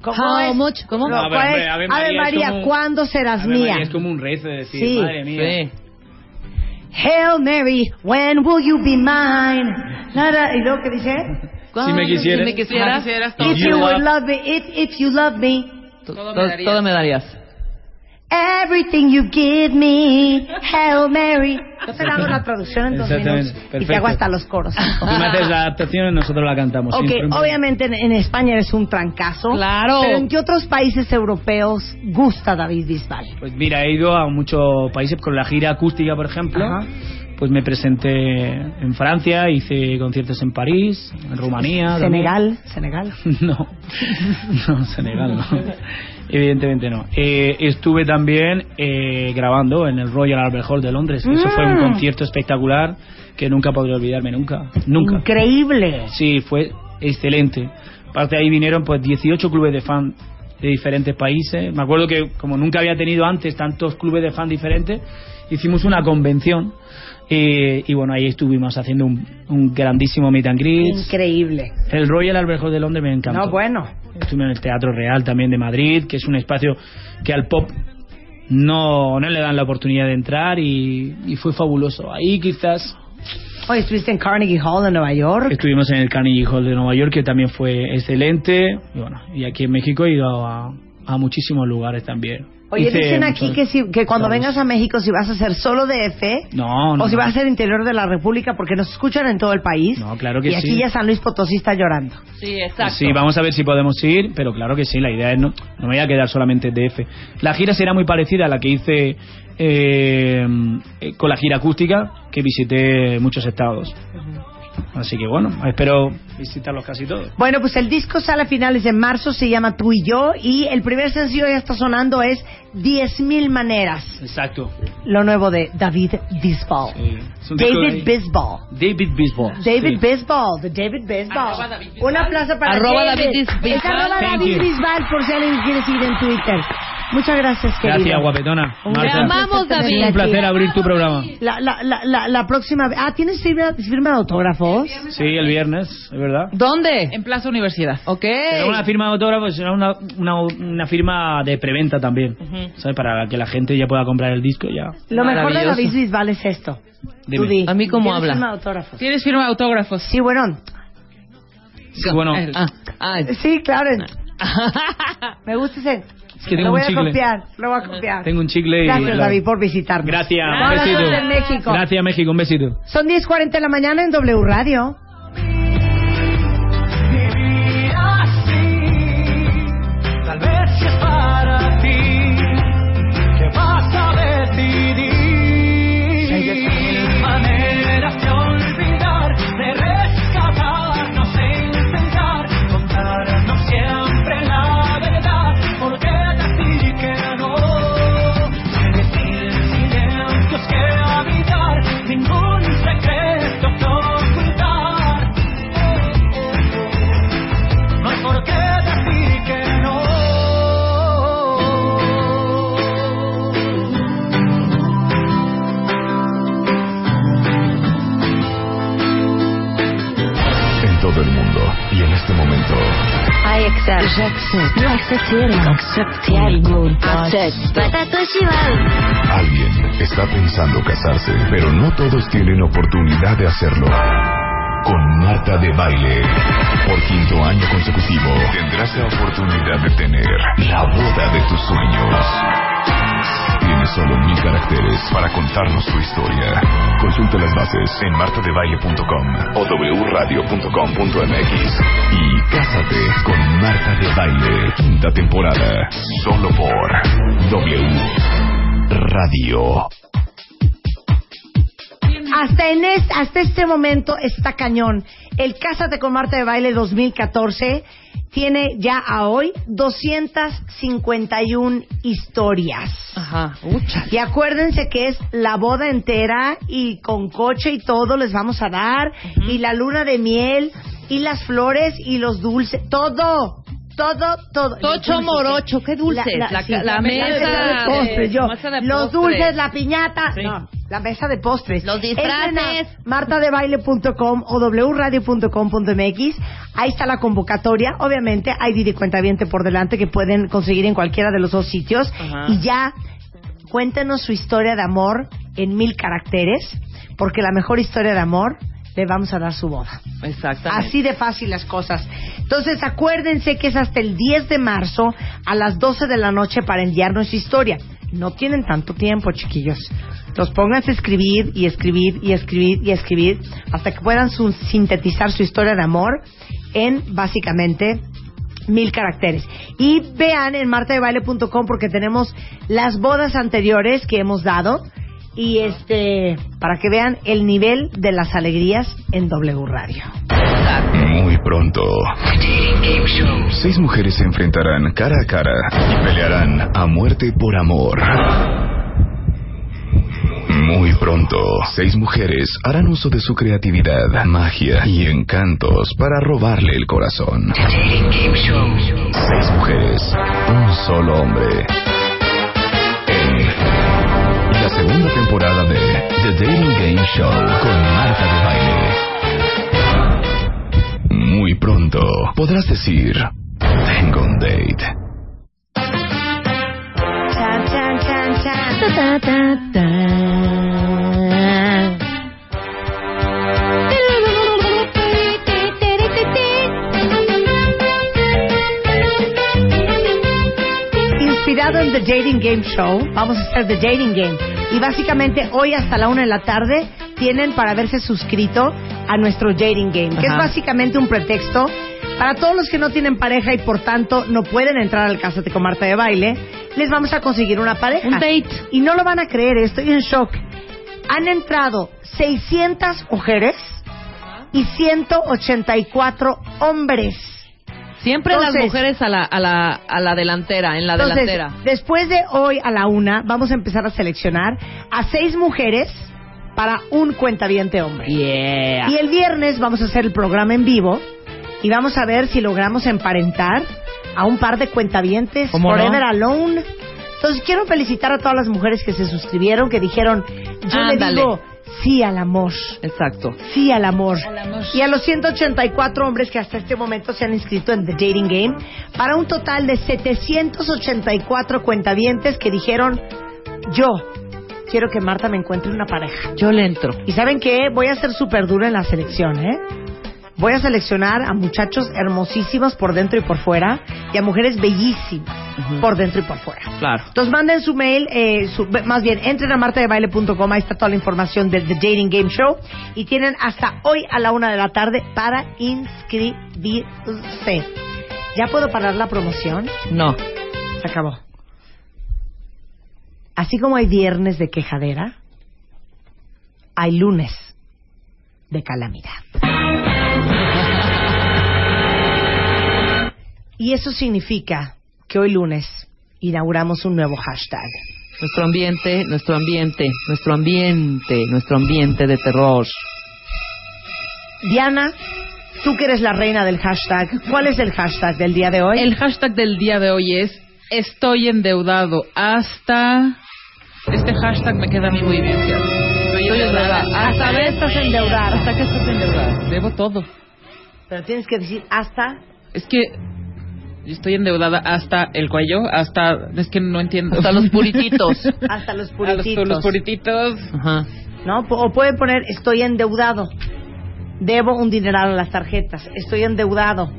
Speaker 2: ¿Cómo
Speaker 6: How
Speaker 2: es?
Speaker 6: much? ¿Cómo?
Speaker 2: No,
Speaker 5: No, pero,
Speaker 2: ¿cuál es?
Speaker 5: hombre,
Speaker 2: Ave
Speaker 5: Ave
Speaker 2: María,
Speaker 5: María es como-
Speaker 2: ¿cuándo serás
Speaker 5: Ave María,
Speaker 2: mía?
Speaker 5: es como un rezo de decir,
Speaker 2: Sí.
Speaker 5: madre mía.
Speaker 2: Hail Mary, when will you be mine? Nada, ¿y luego qué dice?
Speaker 5: Si me quisieras. Si me quisieras, todo
Speaker 2: If
Speaker 5: me
Speaker 2: you would
Speaker 5: darías.
Speaker 2: love me, if, if you love me,
Speaker 6: Todo, todo me darías.
Speaker 2: everything you give me, Hail Mary. Yo te hago la traducción en dos
Speaker 5: Exactamente,
Speaker 2: minutos y te
Speaker 5: perfecto.
Speaker 2: hago hasta los coros.
Speaker 5: Tú me haces la adaptación y nosotros la cantamos.
Speaker 2: Ok,
Speaker 5: sin problema.
Speaker 2: obviamente en, en España eres un trancazo.
Speaker 6: Claro.
Speaker 2: Pero ¿en qué otros países europeos gusta David Bisbal?
Speaker 5: Pues mira, he ido a muchos países con la gira acústica, por ejemplo. Pues me presenté en Francia, hice conciertos en París, en
Speaker 2: pues,
Speaker 5: Rumanía. también.
Speaker 2: Senegal, Senegal.
Speaker 5: No, no, Senegal no. Evidentemente no. Eh, estuve también eh, grabando en el Royal Albert Hall de Londres. Eso fue un
Speaker 2: Mm.
Speaker 5: concierto espectacular que nunca podré olvidarme, nunca. Nunca.
Speaker 2: Increíble.
Speaker 5: Sí, fue excelente. Aparte ahí vinieron pues 18 clubes de fan de diferentes países. Me acuerdo que, como nunca había tenido antes tantos clubes de fan diferentes, hicimos una convención. eh, y bueno, ahí estuvimos haciendo un, un grandísimo meet and greet.
Speaker 2: Increíble.
Speaker 5: El Royal Albert Hall de Londres me encantó.
Speaker 2: No, bueno.
Speaker 5: Estuve en el Teatro Real también de Madrid, que es un espacio que al pop no, no le dan la oportunidad de entrar y, y fue fabuloso. Ahí quizás
Speaker 2: Hoy estuviste en Carnegie Hall de Nueva York.
Speaker 5: estuvimos en el Carnegie Hall de Nueva York, que también fue excelente. Y bueno, y aquí en México he ido a, a muchísimos lugares también.
Speaker 2: Oye,
Speaker 5: Hice
Speaker 2: dicen aquí
Speaker 5: muchos-
Speaker 2: que, si, que cuando
Speaker 5: Vamos.
Speaker 2: vengas a México, si vas a ser solo DF
Speaker 5: No, no.
Speaker 2: o si
Speaker 5: no.
Speaker 2: vas a ser interior de la República, porque nos escuchan en todo el país.
Speaker 5: No, claro que
Speaker 2: y aquí
Speaker 5: sí.
Speaker 2: ya San Luis Potosí está llorando.
Speaker 7: Sí, exacto.
Speaker 5: Sí, vamos a ver si podemos ir, pero claro que sí, la idea es no, no me voy a quedar solamente DF. La gira será muy parecida a la que hice eh, eh, con la gira acústica, que visité muchos estados. Así que bueno, espero visitarlos casi todos.
Speaker 2: Bueno, pues el disco sale a finales de marzo, se llama Tú y Yo, y el primer sencillo ya está sonando es 10.000 maneras,
Speaker 5: Exacto.
Speaker 2: lo nuevo de David Bisbal.
Speaker 5: Es un disco
Speaker 2: David
Speaker 5: Eh, de-
Speaker 2: Bisbal.
Speaker 5: David Bisbal.
Speaker 2: David
Speaker 5: sí.
Speaker 2: Bisbal, de David
Speaker 4: Arroba
Speaker 2: Bisbal.
Speaker 4: David
Speaker 2: Un aplauso para
Speaker 4: Arroba David Bisbal.
Speaker 2: Es arroba
Speaker 4: Thank
Speaker 2: David
Speaker 5: you.
Speaker 2: Bisbal por si alguien quiere seguir en Twitter. Muchas gracias, querido.
Speaker 5: Gracias, guapetona.
Speaker 2: Un
Speaker 5: Marta.
Speaker 2: gran placer tenerte
Speaker 5: Ha sido Un
Speaker 2: aquí.
Speaker 5: placer abrir tu programa.
Speaker 2: La, la, la, la, la próxima... vez- Ah, ¿tienes firma, firma de autógrafos?
Speaker 5: Sí, el viernes, es verdad.
Speaker 11: ¿Dónde? En Plaza Universidad. Ok.
Speaker 5: Pero una firma de autógrafo será una, una, una firma de preventa también, ¿sabes? Para que la gente ya pueda comprar el disco ya.
Speaker 2: Lo mejor de David
Speaker 5: Maravilloso.
Speaker 2: Bisbal es esto.
Speaker 5: Dime.
Speaker 2: Tú di,
Speaker 11: A mí cómo
Speaker 2: ¿tienes
Speaker 11: habla.
Speaker 2: firma de autógrafos?
Speaker 11: ¿Tienes firma de autógrafos?
Speaker 2: Sí, bueno.
Speaker 5: Sí, bueno,
Speaker 11: El-
Speaker 6: Ah,
Speaker 2: Ah.
Speaker 5: es
Speaker 2: Sí, claro. Me gusta ese.
Speaker 5: que tengo
Speaker 2: lo voy
Speaker 5: un
Speaker 2: a
Speaker 5: chicle.
Speaker 2: copiar, lo voy a copiar.
Speaker 5: Tengo un chicle y...
Speaker 2: Gracias, David, por visitarnos.
Speaker 5: Gracias,
Speaker 2: Un abrazo
Speaker 5: un besito.
Speaker 2: desde México.
Speaker 5: Gracias, México, un besito.
Speaker 2: Son 10.40 de la mañana en W Radio.
Speaker 4: Vivir así, tal vez si es para ti, que vas a decidir. Mil maneras de olvidar, de rescatarnos e intentar contarnos siempre la verdad, porque decir que no, decir silencios que habitar, ningún secreto que ocultar. No hay por qué decir que no.
Speaker 1: En todo el mundo y en este momento.
Speaker 4: Hay accept. J'accepte. Nous acceptons. Acceptons. Accepte. Patate chivale.
Speaker 1: Alguien está pensando casarse, pero no todos tienen oportunidad de hacerlo. Con Marta de Baile, por quinto año consecutivo, tendrás la oportunidad de tener la boda de tus sueños. Tienes solo mil caracteres para contarnos tu historia. Consulta las bases en martadebaile.com o wradio.com.mx y cásate con Marta de Baile, quinta temporada, solo por W Radio.
Speaker 2: Hasta, en es- hasta este momento está cañón. El Cásate con Marta de Baile 2014 tiene ya a hoy 251 historias.
Speaker 11: Ajá. Ucha.
Speaker 2: Y acuérdense que es la boda entera y con coche y todo les vamos a dar. Y la luna de miel y las flores y los dulces. Todo. Todo, todo.
Speaker 7: Tocho
Speaker 2: Los dulces,
Speaker 7: morocho,
Speaker 2: sí.
Speaker 7: ¿qué dulces? La- la mesa
Speaker 2: de
Speaker 7: de-
Speaker 2: postres, yo.
Speaker 7: mesa de
Speaker 2: Los
Speaker 7: postres.
Speaker 2: dulces, la piñata.
Speaker 7: Sí.
Speaker 2: No, la mesa de postres.
Speaker 7: Los disfraces.
Speaker 2: Entren a martadebaile.com o wradio.com.mx. Ahí está la convocatoria. Obviamente hay Didi Cuentaviente por delante que pueden conseguir en cualquiera de los dos sitios.
Speaker 4: Ajá.
Speaker 2: Y ya cuéntenos su historia de amor en mil caracteres, porque la mejor historia de amor le vamos a dar su boda.
Speaker 7: Exactamente.
Speaker 2: Así de fácil las cosas. Entonces, acuérdense que es hasta el 10 de marzo a las 12 de la noche para enviarnos su historia. No tienen tanto tiempo, chiquillos. Los pongan a escribir y escribir y escribir y escribir hasta que puedan su- sintetizar su historia de amor en básicamente mil caracteres. Y vean en martadebaile.com porque tenemos las bodas anteriores que hemos dado y este para que vean el nivel de las alegrías en W Radio.
Speaker 1: Muy pronto. Seis mujeres se enfrentarán cara a cara y pelearán a muerte por amor. Muy pronto, seis mujeres harán uso de su creatividad, magia y encantos para robarle el corazón. Seis mujeres, un solo hombre. En la segunda temporada de The Dating Game Show con Marta de Baile. Muy pronto podrás decir, tengo un date.
Speaker 2: Chan, chan, chan, chan. Ta, ta, ta, ta. Inspirado en The Dating Game Show, vamos a hacer The Dating Game. Y básicamente hoy hasta la una de la tarde tienen para haberse suscrito a nuestro Dating Game, que es
Speaker 6: Ajá.
Speaker 2: básicamente un pretexto para todos los que no tienen pareja y por tanto no pueden entrar al Cásate con Marta de Baile. Les vamos a conseguir una pareja. Un date. Y no lo van a creer, estoy en shock. Han entrado 600 mujeres y 184 hombres.
Speaker 7: Siempre las
Speaker 2: Entonces-
Speaker 7: mujeres a la, a, la, a la delantera, en la
Speaker 2: Entonces,
Speaker 7: delantera.
Speaker 2: después de hoy a la una, vamos a empezar a seleccionar a seis mujeres para un cuentaviente hombre.
Speaker 7: Yeah.
Speaker 2: Y el viernes vamos a hacer el programa en vivo y vamos a ver si logramos emparentar a un par de cuentavientes
Speaker 7: ¿Cómo
Speaker 2: Forever
Speaker 7: no?
Speaker 2: Alone. Entonces quiero felicitar a todas las mujeres que se suscribieron, que dijeron, yo le
Speaker 7: Ándale.
Speaker 2: digo sí al amor.
Speaker 7: Exacto.
Speaker 2: Sí al amor. Y a los 184 hombres que hasta este momento se han inscrito en The Dating Game, para un total de 784 cuentavientes que dijeron, yo quiero que Marta me encuentre una pareja.
Speaker 7: Yo le entro.
Speaker 2: Y saben qué, voy a ser súper dura en la selección, ¿eh? Voy a seleccionar a muchachos hermosísimos por dentro y por fuera y a mujeres bellísimas por dentro y por fuera.
Speaker 7: Claro.
Speaker 2: Entonces manden su mail, eh, su- más bien entren a martadebaile.com, ahí está toda la información del The Dating Game Show y tienen hasta hoy a la una de la tarde para inscribirse. ¿Ya puedo parar la promoción?
Speaker 7: No.
Speaker 2: Se acabó. Así como hay viernes de quejadera, hay lunes de calamidad. Y eso significa que hoy lunes inauguramos un nuevo hashtag.
Speaker 7: Nuestro ambiente, nuestro ambiente, nuestro ambiente, nuestro ambiente de terror.
Speaker 2: Diana, tú que eres la reina del hashtag, ¿cuál es el hashtag del día de hoy?
Speaker 11: El hashtag del día de hoy es estoy endeudado hasta... Este hashtag me queda a mí muy bien. fíjate. Estoy endeudada
Speaker 2: Hasta que estás endeudada.
Speaker 11: Hasta que estás endeudada. Debo todo.
Speaker 2: Pero tienes que decir hasta
Speaker 11: Es que yo estoy endeudada hasta el cuello, hasta... Es que no entiendo.
Speaker 7: Hasta los purititos.
Speaker 2: hasta los
Speaker 11: A los,
Speaker 2: purititos.
Speaker 11: los purititos.
Speaker 7: Ajá.
Speaker 2: ¿no? P- O puede poner estoy endeudado, debo un dineral a las tarjetas, estoy endeudado,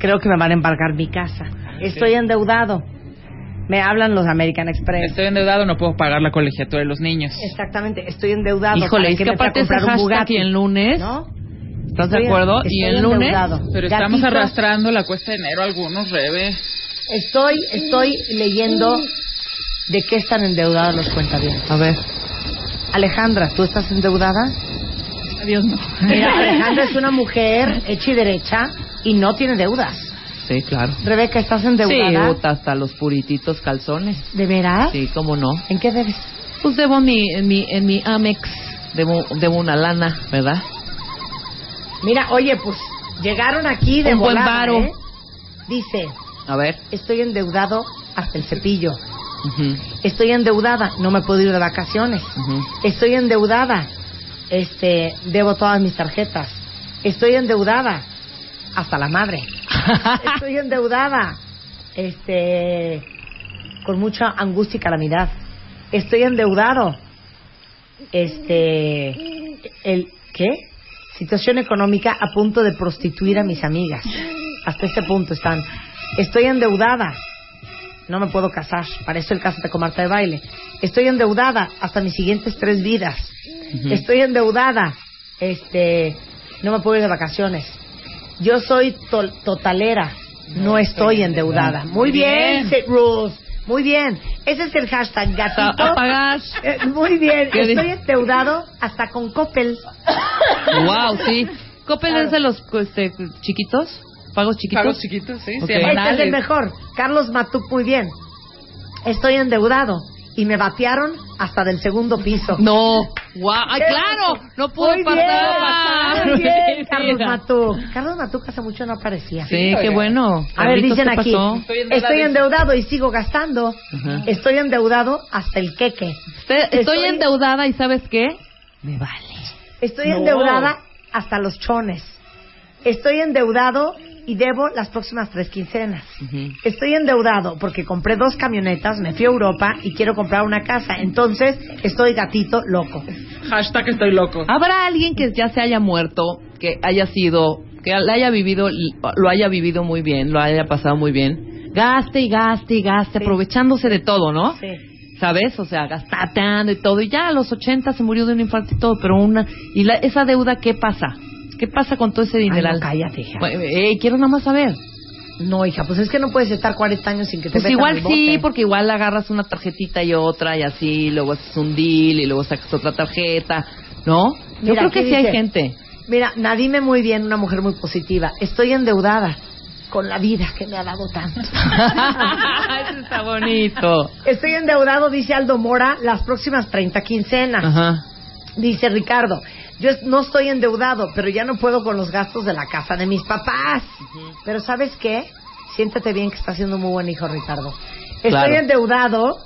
Speaker 2: creo que me van a embargar mi casa, estoy endeudado, me hablan los American Express.
Speaker 11: Estoy endeudado, no puedo pagar la colegiatura de los niños.
Speaker 2: Exactamente, estoy endeudado.
Speaker 11: Híjole,
Speaker 2: ¿para
Speaker 11: es
Speaker 2: qué
Speaker 11: que
Speaker 2: me fui a
Speaker 11: aparte ese
Speaker 2: comprar un
Speaker 11: hashtag
Speaker 2: Bugatti?
Speaker 11: y el lunes,
Speaker 2: ¿No?
Speaker 11: ¿Estás
Speaker 2: Estoy-
Speaker 11: de acuerdo? Y
Speaker 2: estoy
Speaker 11: el lunes,
Speaker 2: endeudado.
Speaker 11: pero estamos
Speaker 2: Gatitos.
Speaker 11: arrastrando la cuesta de enero algunos, Rebe.
Speaker 2: Estoy, estoy leyendo de qué están endeudados los cuentavientes.
Speaker 7: A ver.
Speaker 2: Alejandra, ¿tú estás endeudada?
Speaker 11: Dios no.
Speaker 2: Mira, Alejandra es una mujer hecha y derecha y no tiene deudas.
Speaker 7: Sí, claro.
Speaker 2: Rebeca, ¿estás
Speaker 7: Sí,
Speaker 2: endeudada?
Speaker 7: bota hasta los purititos calzones.
Speaker 2: ¿De
Speaker 11: ¿Ah?
Speaker 2: veras?
Speaker 7: Sí, cómo no.
Speaker 2: ¿En qué debes?
Speaker 7: Pues debo mi, en mi, en mi Amex, debo, debo una lana, ¿verdad?
Speaker 2: Mira, oye, pues llegaron aquí de
Speaker 7: Un buen
Speaker 2: volada,
Speaker 7: varo.
Speaker 2: ¿eh? Dice,
Speaker 7: A ver.
Speaker 2: estoy endeudado hasta el cepillo.
Speaker 7: Ujú,
Speaker 2: Estoy endeudada, no me puedo ir de vacaciones.
Speaker 7: ujú.
Speaker 2: Estoy endeudada, este, debo todas mis tarjetas. Estoy endeudada hasta la madre. Estoy endeudada, este, con mucha angustia y calamidad. Estoy endeudado, este, el, ¿qué? Situación económica a punto de prostituir a mis amigas. Hasta este punto están. Estoy endeudada. No me puedo casar. Para eso el Cásate con Marta de Baile. Estoy endeudada hasta mis siguientes tres vidas. Estoy endeudada. Este, no me puedo ir de vacaciones. Yo soy tol- totalera. No, estoy endeudada. Muy bien, Set Rules. Muy bien. Ese es el hashtag
Speaker 7: A,
Speaker 2: gatito.
Speaker 7: a pagar.
Speaker 2: Eh, Muy bien,
Speaker 7: ¿Qué
Speaker 2: estoy
Speaker 7: dices?
Speaker 2: endeudado hasta con Coppel.
Speaker 7: wow, sí. ¿Coppel es de los este, chiquitos? ¿Pagos chiquitos?
Speaker 11: Pagos chiquitos, sí.
Speaker 7: Ok.
Speaker 11: semanales.
Speaker 2: Este es el mejor. Carlos Matuk, muy bien. Estoy endeudado y me batearon hasta del segundo piso.
Speaker 6: No. Guau, ay, claro, no pudo
Speaker 2: Muy bien,
Speaker 6: pasar.
Speaker 2: muy bien, Carlos
Speaker 6: Mentira.
Speaker 2: Matú. Carlos Matú que hace mucho no aparecía.
Speaker 6: Sí, qué bueno.
Speaker 2: A ver,
Speaker 6: Carlitos,
Speaker 2: dicen
Speaker 6: ¿qué
Speaker 2: aquí,
Speaker 6: pasó?
Speaker 2: estoy endeudado, y sigo gastando. Estoy endeudado hasta el queque.
Speaker 6: Estoy, endeudada y ¿sabes qué?
Speaker 2: Me vale. Estoy
Speaker 6: No.
Speaker 2: endeudada hasta los chones. Estoy endeudado y debo las próximas tres quincenas. Estoy endeudado porque compré dos camionetas, me fui a Europa y quiero comprar una casa. Entonces, estoy gatito loco.
Speaker 12: Hashtag estoy loco.
Speaker 6: ¿Habrá alguien que ya se haya muerto, que haya sido, que la haya vivido, lo haya vivido muy bien, lo haya pasado muy bien? Gaste y gaste y gaste, aprovechándose de todo, ¿no? ¿Sabes? O sea, gastatando y todo. Y ya a los 80 se murió de un infarto y todo, pero una... ¿Y la- esa deuda qué pasa? ¿Qué pasa con todo ese dinero?
Speaker 2: cállate, hija.
Speaker 6: quiero nada más saber.
Speaker 2: No, hija, pues es que no puedes estar 40 años sin que te
Speaker 6: Pues
Speaker 2: metan
Speaker 6: igual
Speaker 2: al
Speaker 6: sí,
Speaker 2: bote.
Speaker 6: porque igual agarras una tarjetita y otra y así, luego haces un deal y luego sacas otra tarjeta, ¿no? Yo
Speaker 2: Mira,
Speaker 6: creo que
Speaker 2: aquí
Speaker 6: sí hay
Speaker 2: dice,
Speaker 6: gente.
Speaker 2: Mira, Nadime muy bien, una mujer muy positiva. Estoy endeudada con la vida que me ha dado tanto.
Speaker 6: Eso está bonito.
Speaker 2: Estoy endeudado, dice Aldo Mora, las próximas 30 quincenas. Dice Ricardo, yo es- no estoy endeudado, pero ya no puedo con los gastos de la casa de mis papás. Pero ¿sabes qué? Siéntate bien que estás siendo un muy buen hijo, Ricardo. Estoy
Speaker 6: Claro.
Speaker 2: endeudado,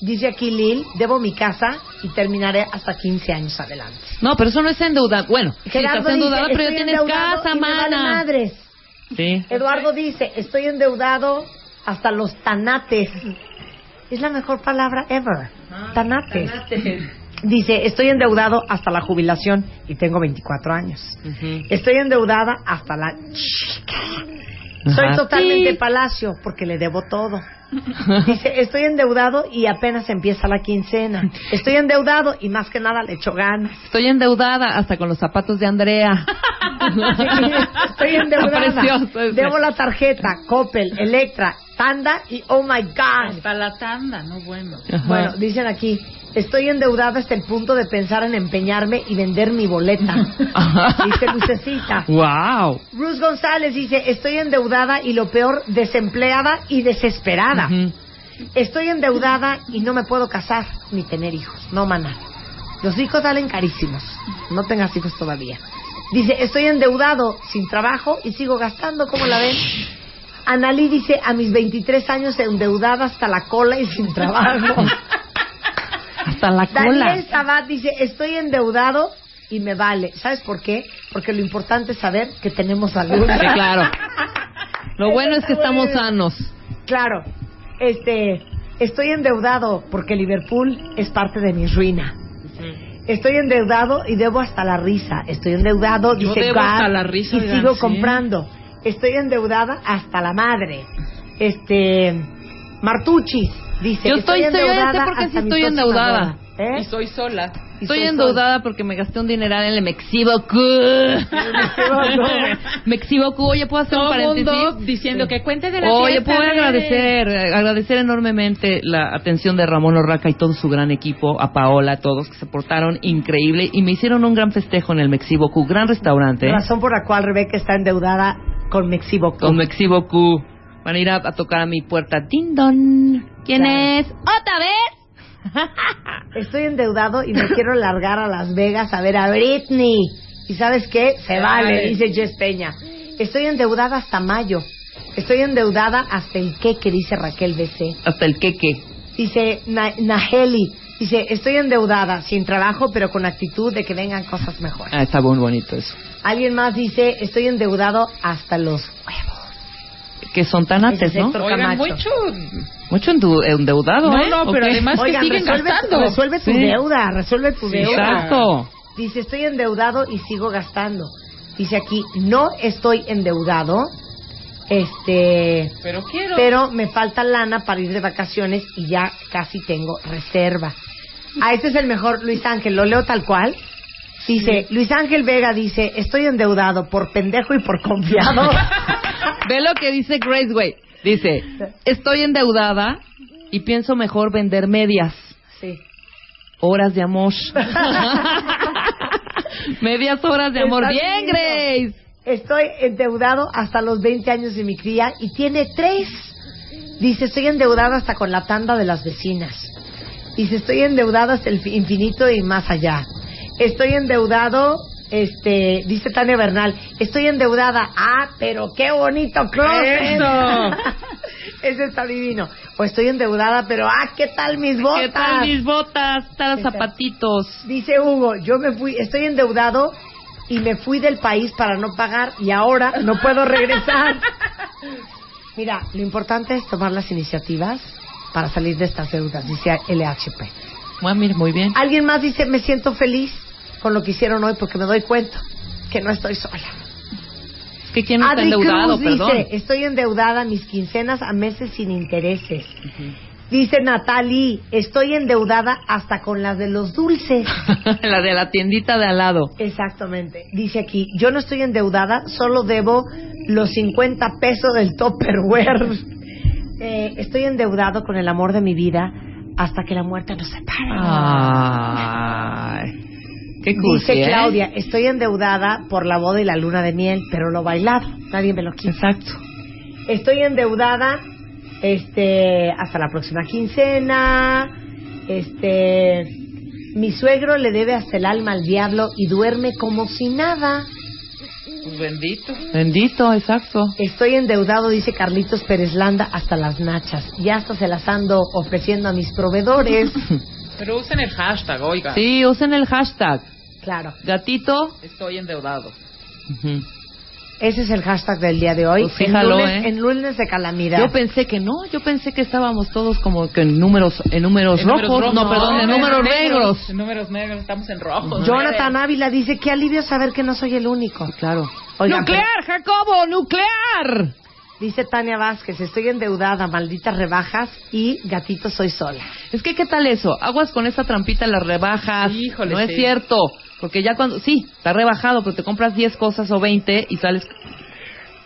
Speaker 2: dice aquí Lil, debo mi casa y terminaré hasta 15 años adelante.
Speaker 6: No, pero eso no es endeuda. Bueno, sí,
Speaker 2: Gerardo
Speaker 6: estás endeudada,
Speaker 2: dice,
Speaker 6: pero ya
Speaker 2: "Estoy
Speaker 6: tienes
Speaker 2: endeudado
Speaker 6: casa,
Speaker 2: y me vale
Speaker 6: mana.
Speaker 2: madres.
Speaker 6: Sí.
Speaker 2: Eduardo dice, estoy endeudado hasta los tanates. Es la mejor palabra ever. Tanates. Dice, estoy endeudado hasta la jubilación y tengo 24 años. Estoy endeudada hasta la chica. Soy
Speaker 13: Ajá.
Speaker 2: totalmente
Speaker 13: Sí.
Speaker 2: palacio porque le debo todo. Dice, estoy endeudado y apenas empieza la quincena. Estoy endeudado y más que nada le echo ganas.
Speaker 6: Estoy endeudada hasta con los zapatos de Andrea.
Speaker 2: Estoy
Speaker 6: Está
Speaker 2: endeudada.
Speaker 6: precioso ese.
Speaker 2: Debo la tarjeta, Coppel, Electra, Tanda y Oh My God.
Speaker 12: Hasta la tanda, no bueno.
Speaker 2: Bueno, dicen aquí, estoy endeudada hasta el punto de pensar en empeñarme y vender mi boleta. Dice Lucecita.
Speaker 6: ¡Wow!
Speaker 2: Ruth González dice, estoy endeudada y lo peor, desempleada y desesperada. Estoy endeudada y no me puedo casar ni tener hijos. No, maná. Los hijos salen carísimos. No tengas hijos todavía. Dice, estoy endeudado, sin trabajo y sigo gastando. ¿Cómo la ven? Analí dice, a mis 23 años endeudada hasta la cola y sin trabajo.
Speaker 6: Hasta la cola.
Speaker 2: Daniel Sabat dice, estoy endeudado y me vale. ¿Sabes por qué? Porque lo importante es saber que tenemos salud.
Speaker 6: Sí, claro. Lo bueno es que estamos sanos.
Speaker 2: Claro. Este, estoy endeudado porque Liverpool es parte de mi ruina. Estoy endeudado y debo hasta la risa. Estoy endeudado,
Speaker 12: Yo
Speaker 2: dice
Speaker 12: debo
Speaker 2: Gab,
Speaker 12: hasta la risa,
Speaker 2: y
Speaker 12: oigan,
Speaker 2: sigo
Speaker 12: sí.
Speaker 2: comprando. Estoy endeudada hasta la madre. Este, Martuchis dice,
Speaker 6: Yo estoy, estoy
Speaker 2: endeudada
Speaker 6: porque sí
Speaker 2: hasta mi
Speaker 6: estoy
Speaker 2: próxima
Speaker 6: endeudada.
Speaker 2: boda". ¿Eh?
Speaker 12: Y soy sola.
Speaker 6: Estoy endeudada porque me gasté un dineral en el Mexiboku. Mexiboku, oye, ¿puedo hacer
Speaker 12: Todo
Speaker 6: un paréntesis?
Speaker 12: mundo diciendo que cuente de la
Speaker 6: Oye,
Speaker 12: fiesta,
Speaker 6: puedo
Speaker 12: eh.
Speaker 6: agradecer, eh, agradecer enormemente la atención de Ramón Orraca y todo su gran equipo, a Paola, a todos que se portaron increíble y me hicieron un gran festejo en el Mexiboku, gran restaurante. ¿eh?
Speaker 2: Razón por la cual Rebeca está endeudada con Mexiboco.
Speaker 6: Con Mexiboku. Van a ir a, a tocar a mi puerta. Ding dong. ¿Quién es? ¿Otra
Speaker 2: vez? Estoy endeudado y me quiero largar a Las Vegas a ver a Britney. ¿Y sabes qué? Se
Speaker 12: Se
Speaker 2: vale,
Speaker 12: vale.
Speaker 2: dice Jess Peña. Estoy endeudada hasta mayo. Estoy endeudada hasta el qué que dice Raquel BC.
Speaker 6: Hasta el queque.
Speaker 2: Dice Na- Naheli. Dice, estoy endeudada, sin trabajo, pero con actitud de que vengan cosas mejores.
Speaker 6: Ah, está muy bonito eso.
Speaker 2: Alguien más dice, estoy endeudado hasta los...
Speaker 6: Que son tan
Speaker 2: Ese es
Speaker 6: antes, ¿no?
Speaker 2: Héctor Camacho.
Speaker 6: Mucho endu- endeudado,
Speaker 2: No,
Speaker 6: ¿eh?
Speaker 2: no, pero
Speaker 6: ¿O qué?
Speaker 2: además que Oigan, siguen resuelve- gastando. resuelve tu deuda, resuelve tu deuda.
Speaker 6: Exacto.
Speaker 2: Dice, estoy endeudado y sigo gastando. Dice aquí, no estoy endeudado, este,
Speaker 12: Pero quiero.
Speaker 2: pero me falta lana para ir de vacaciones y ya casi tengo reserva. Ah, este es el mejor, Luis Ángel, lo leo tal cual. Dice, Luis Ángel Vega dice, estoy endeudado por pendejo y por confiado.
Speaker 6: Ve lo que dice Grace Way. Dice, estoy endeudada y pienso mejor vender medias,
Speaker 2: sí.
Speaker 6: horas de amor. medias horas de amor. Bien, Grace.
Speaker 2: Estoy endeudado hasta los 20 años de mi cría y tiene tres. Dice, estoy endeudado hasta con la tanda de las vecinas. Dice, estoy endeudado hasta el fi- infinito y más allá. Estoy endeudado, este, dice Tania Bernal, estoy endeudada. Ah, pero qué bonito closet.
Speaker 14: ¡Eso!
Speaker 2: Ese está divino. O estoy endeudada, pero ah, ¿qué tal mis botas?
Speaker 6: ¿Qué tal mis botas? ¿Qué tal los
Speaker 2: zapatitos? Dice Hugo, yo me fui, estoy endeudado y me fui del país para no pagar y ahora no puedo regresar. Mira, lo importante es tomar las iniciativas para salir de estas deudas, dice LHP.
Speaker 6: Bueno, Ah, mire, muy bien.
Speaker 2: Alguien más dice, me siento feliz con lo que hicieron hoy porque me doy cuenta que no estoy sola.
Speaker 6: Es que quién no está
Speaker 2: Adri
Speaker 6: endeudado,
Speaker 2: Cruz
Speaker 6: perdón.
Speaker 2: dice, estoy endeudada mis quincenas a meses sin intereses. Dice Natalie, estoy endeudada hasta con las de los dulces.
Speaker 6: la de la tiendita de al lado.
Speaker 2: Exactamente. Dice aquí, yo no estoy endeudada, solo debo los 50 pesos del Tupperware. Eh, estoy endeudado con el amor de mi vida hasta que la muerte nos separe.
Speaker 6: Ah, Ay, qué cursi,
Speaker 2: Dice
Speaker 6: ¿eh?
Speaker 2: Claudia, estoy endeudada por la boda y la luna de miel, pero lo bailado, nadie me lo quita. Exacto. Estoy endeudada este hasta la próxima quincena. Este mi suegro le debe hasta el alma al diablo y duerme como si nada.
Speaker 6: Bendito.
Speaker 2: Bendito, exacto. Estoy endeudado, dice Carlitos Pérez Landa, hasta las nachas. Y hasta se las ando ofreciendo a mis proveedores.
Speaker 5: Pero usen el hashtag, oiga.
Speaker 6: Sí, usen el hashtag.
Speaker 2: claro.
Speaker 6: Gatito.
Speaker 5: Estoy endeudado.
Speaker 2: Ese es el hashtag del día de hoy.
Speaker 6: Pues fíjalo,
Speaker 2: en, lunes,
Speaker 6: ¿eh?
Speaker 2: en lunes de calamidad.
Speaker 6: Yo pensé que no, yo pensé que estábamos todos como que en números, en números
Speaker 5: En
Speaker 6: rojos,
Speaker 5: números rojos,
Speaker 6: no, perdón, en números negros.
Speaker 5: En números negros, estamos en rojos.
Speaker 2: Jonathan Ávila dice, qué alivio saber que no soy el único. Claro.
Speaker 5: ¡Nuclear,
Speaker 2: Jacobo! ¡Nuclear! Dice Tania Vázquez, estoy endeudada, malditas rebajas y gatito soy sola.
Speaker 6: Es que, ¿qué tal eso? Aguas con esa trampita, las rebajas.
Speaker 5: Híjole,
Speaker 6: No
Speaker 5: sí.
Speaker 6: es cierto. Porque ya cuando. Sí, está rebajado, pero te compras 10 cosas o 20 y sales.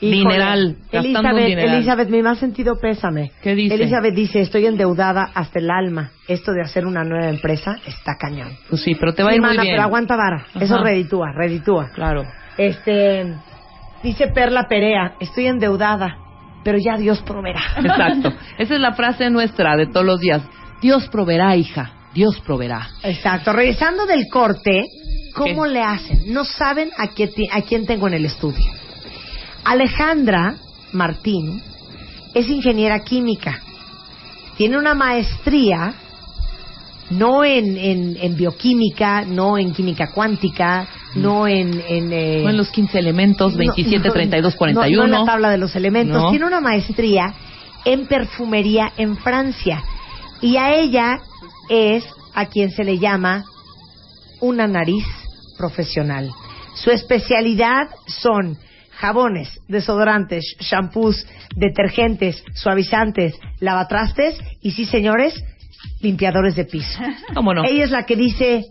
Speaker 2: Híjole.
Speaker 6: dineral. Gastando un
Speaker 2: Elizabeth,
Speaker 6: dineral.
Speaker 2: Elizabeth, mi más sentido pésame.
Speaker 6: ¿Qué dice?
Speaker 2: Elizabeth dice, estoy endeudada hasta el alma. Esto de hacer una nueva empresa está cañón.
Speaker 6: Pues sí, pero te va a
Speaker 2: Sí,
Speaker 6: ir muy
Speaker 2: mana,
Speaker 6: bien.
Speaker 2: pero aguanta vara. Eso
Speaker 6: Ajá.
Speaker 2: reditúa, reditúa.
Speaker 6: Claro.
Speaker 2: Este, dice Perla Perea, estoy endeudada, pero ya Dios proveerá.
Speaker 6: Exacto. Esa es la frase nuestra de todos los días. Dios proveerá, hija. Dios proveerá.
Speaker 2: Exacto. Regresando del corte, ¿cómo le hacen? No saben a, qué ti- a quién tengo en el estudio. Alejandra Martín es ingeniera química. Tiene una maestría, no en, en- en bioquímica, no en química cuántica, no en... en eh,
Speaker 6: No Mm. en los 15 elementos,
Speaker 2: no,
Speaker 6: 27,
Speaker 2: no,
Speaker 6: 32,
Speaker 2: no,
Speaker 6: 41.
Speaker 2: no en la tabla de los elementos.
Speaker 6: No.
Speaker 2: Tiene una maestría en perfumería en Francia. Y a ella es a quien se le llama una nariz profesional. Su especialidad son jabones, desodorantes, shampoos, detergentes, suavizantes, lavatrastes y sí, señores, limpiadores de piso.
Speaker 6: ¿Cómo no?
Speaker 2: Ella es la que dice,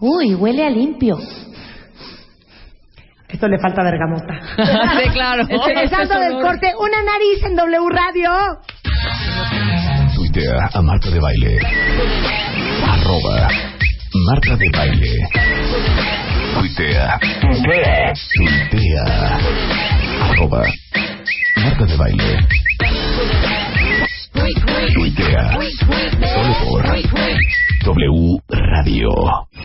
Speaker 2: uy, huele a limpio. Esto le falta bergamota.
Speaker 14: Sí, claro.
Speaker 6: Oh,
Speaker 2: Regresando del corte, una nariz en W Radio.
Speaker 1: Tuitea a Marta de Baile. Arroba Marta de Baile. Tuitea. Tuitea. Arroba Marta de Baile. Tuitea. Solo por W Radio.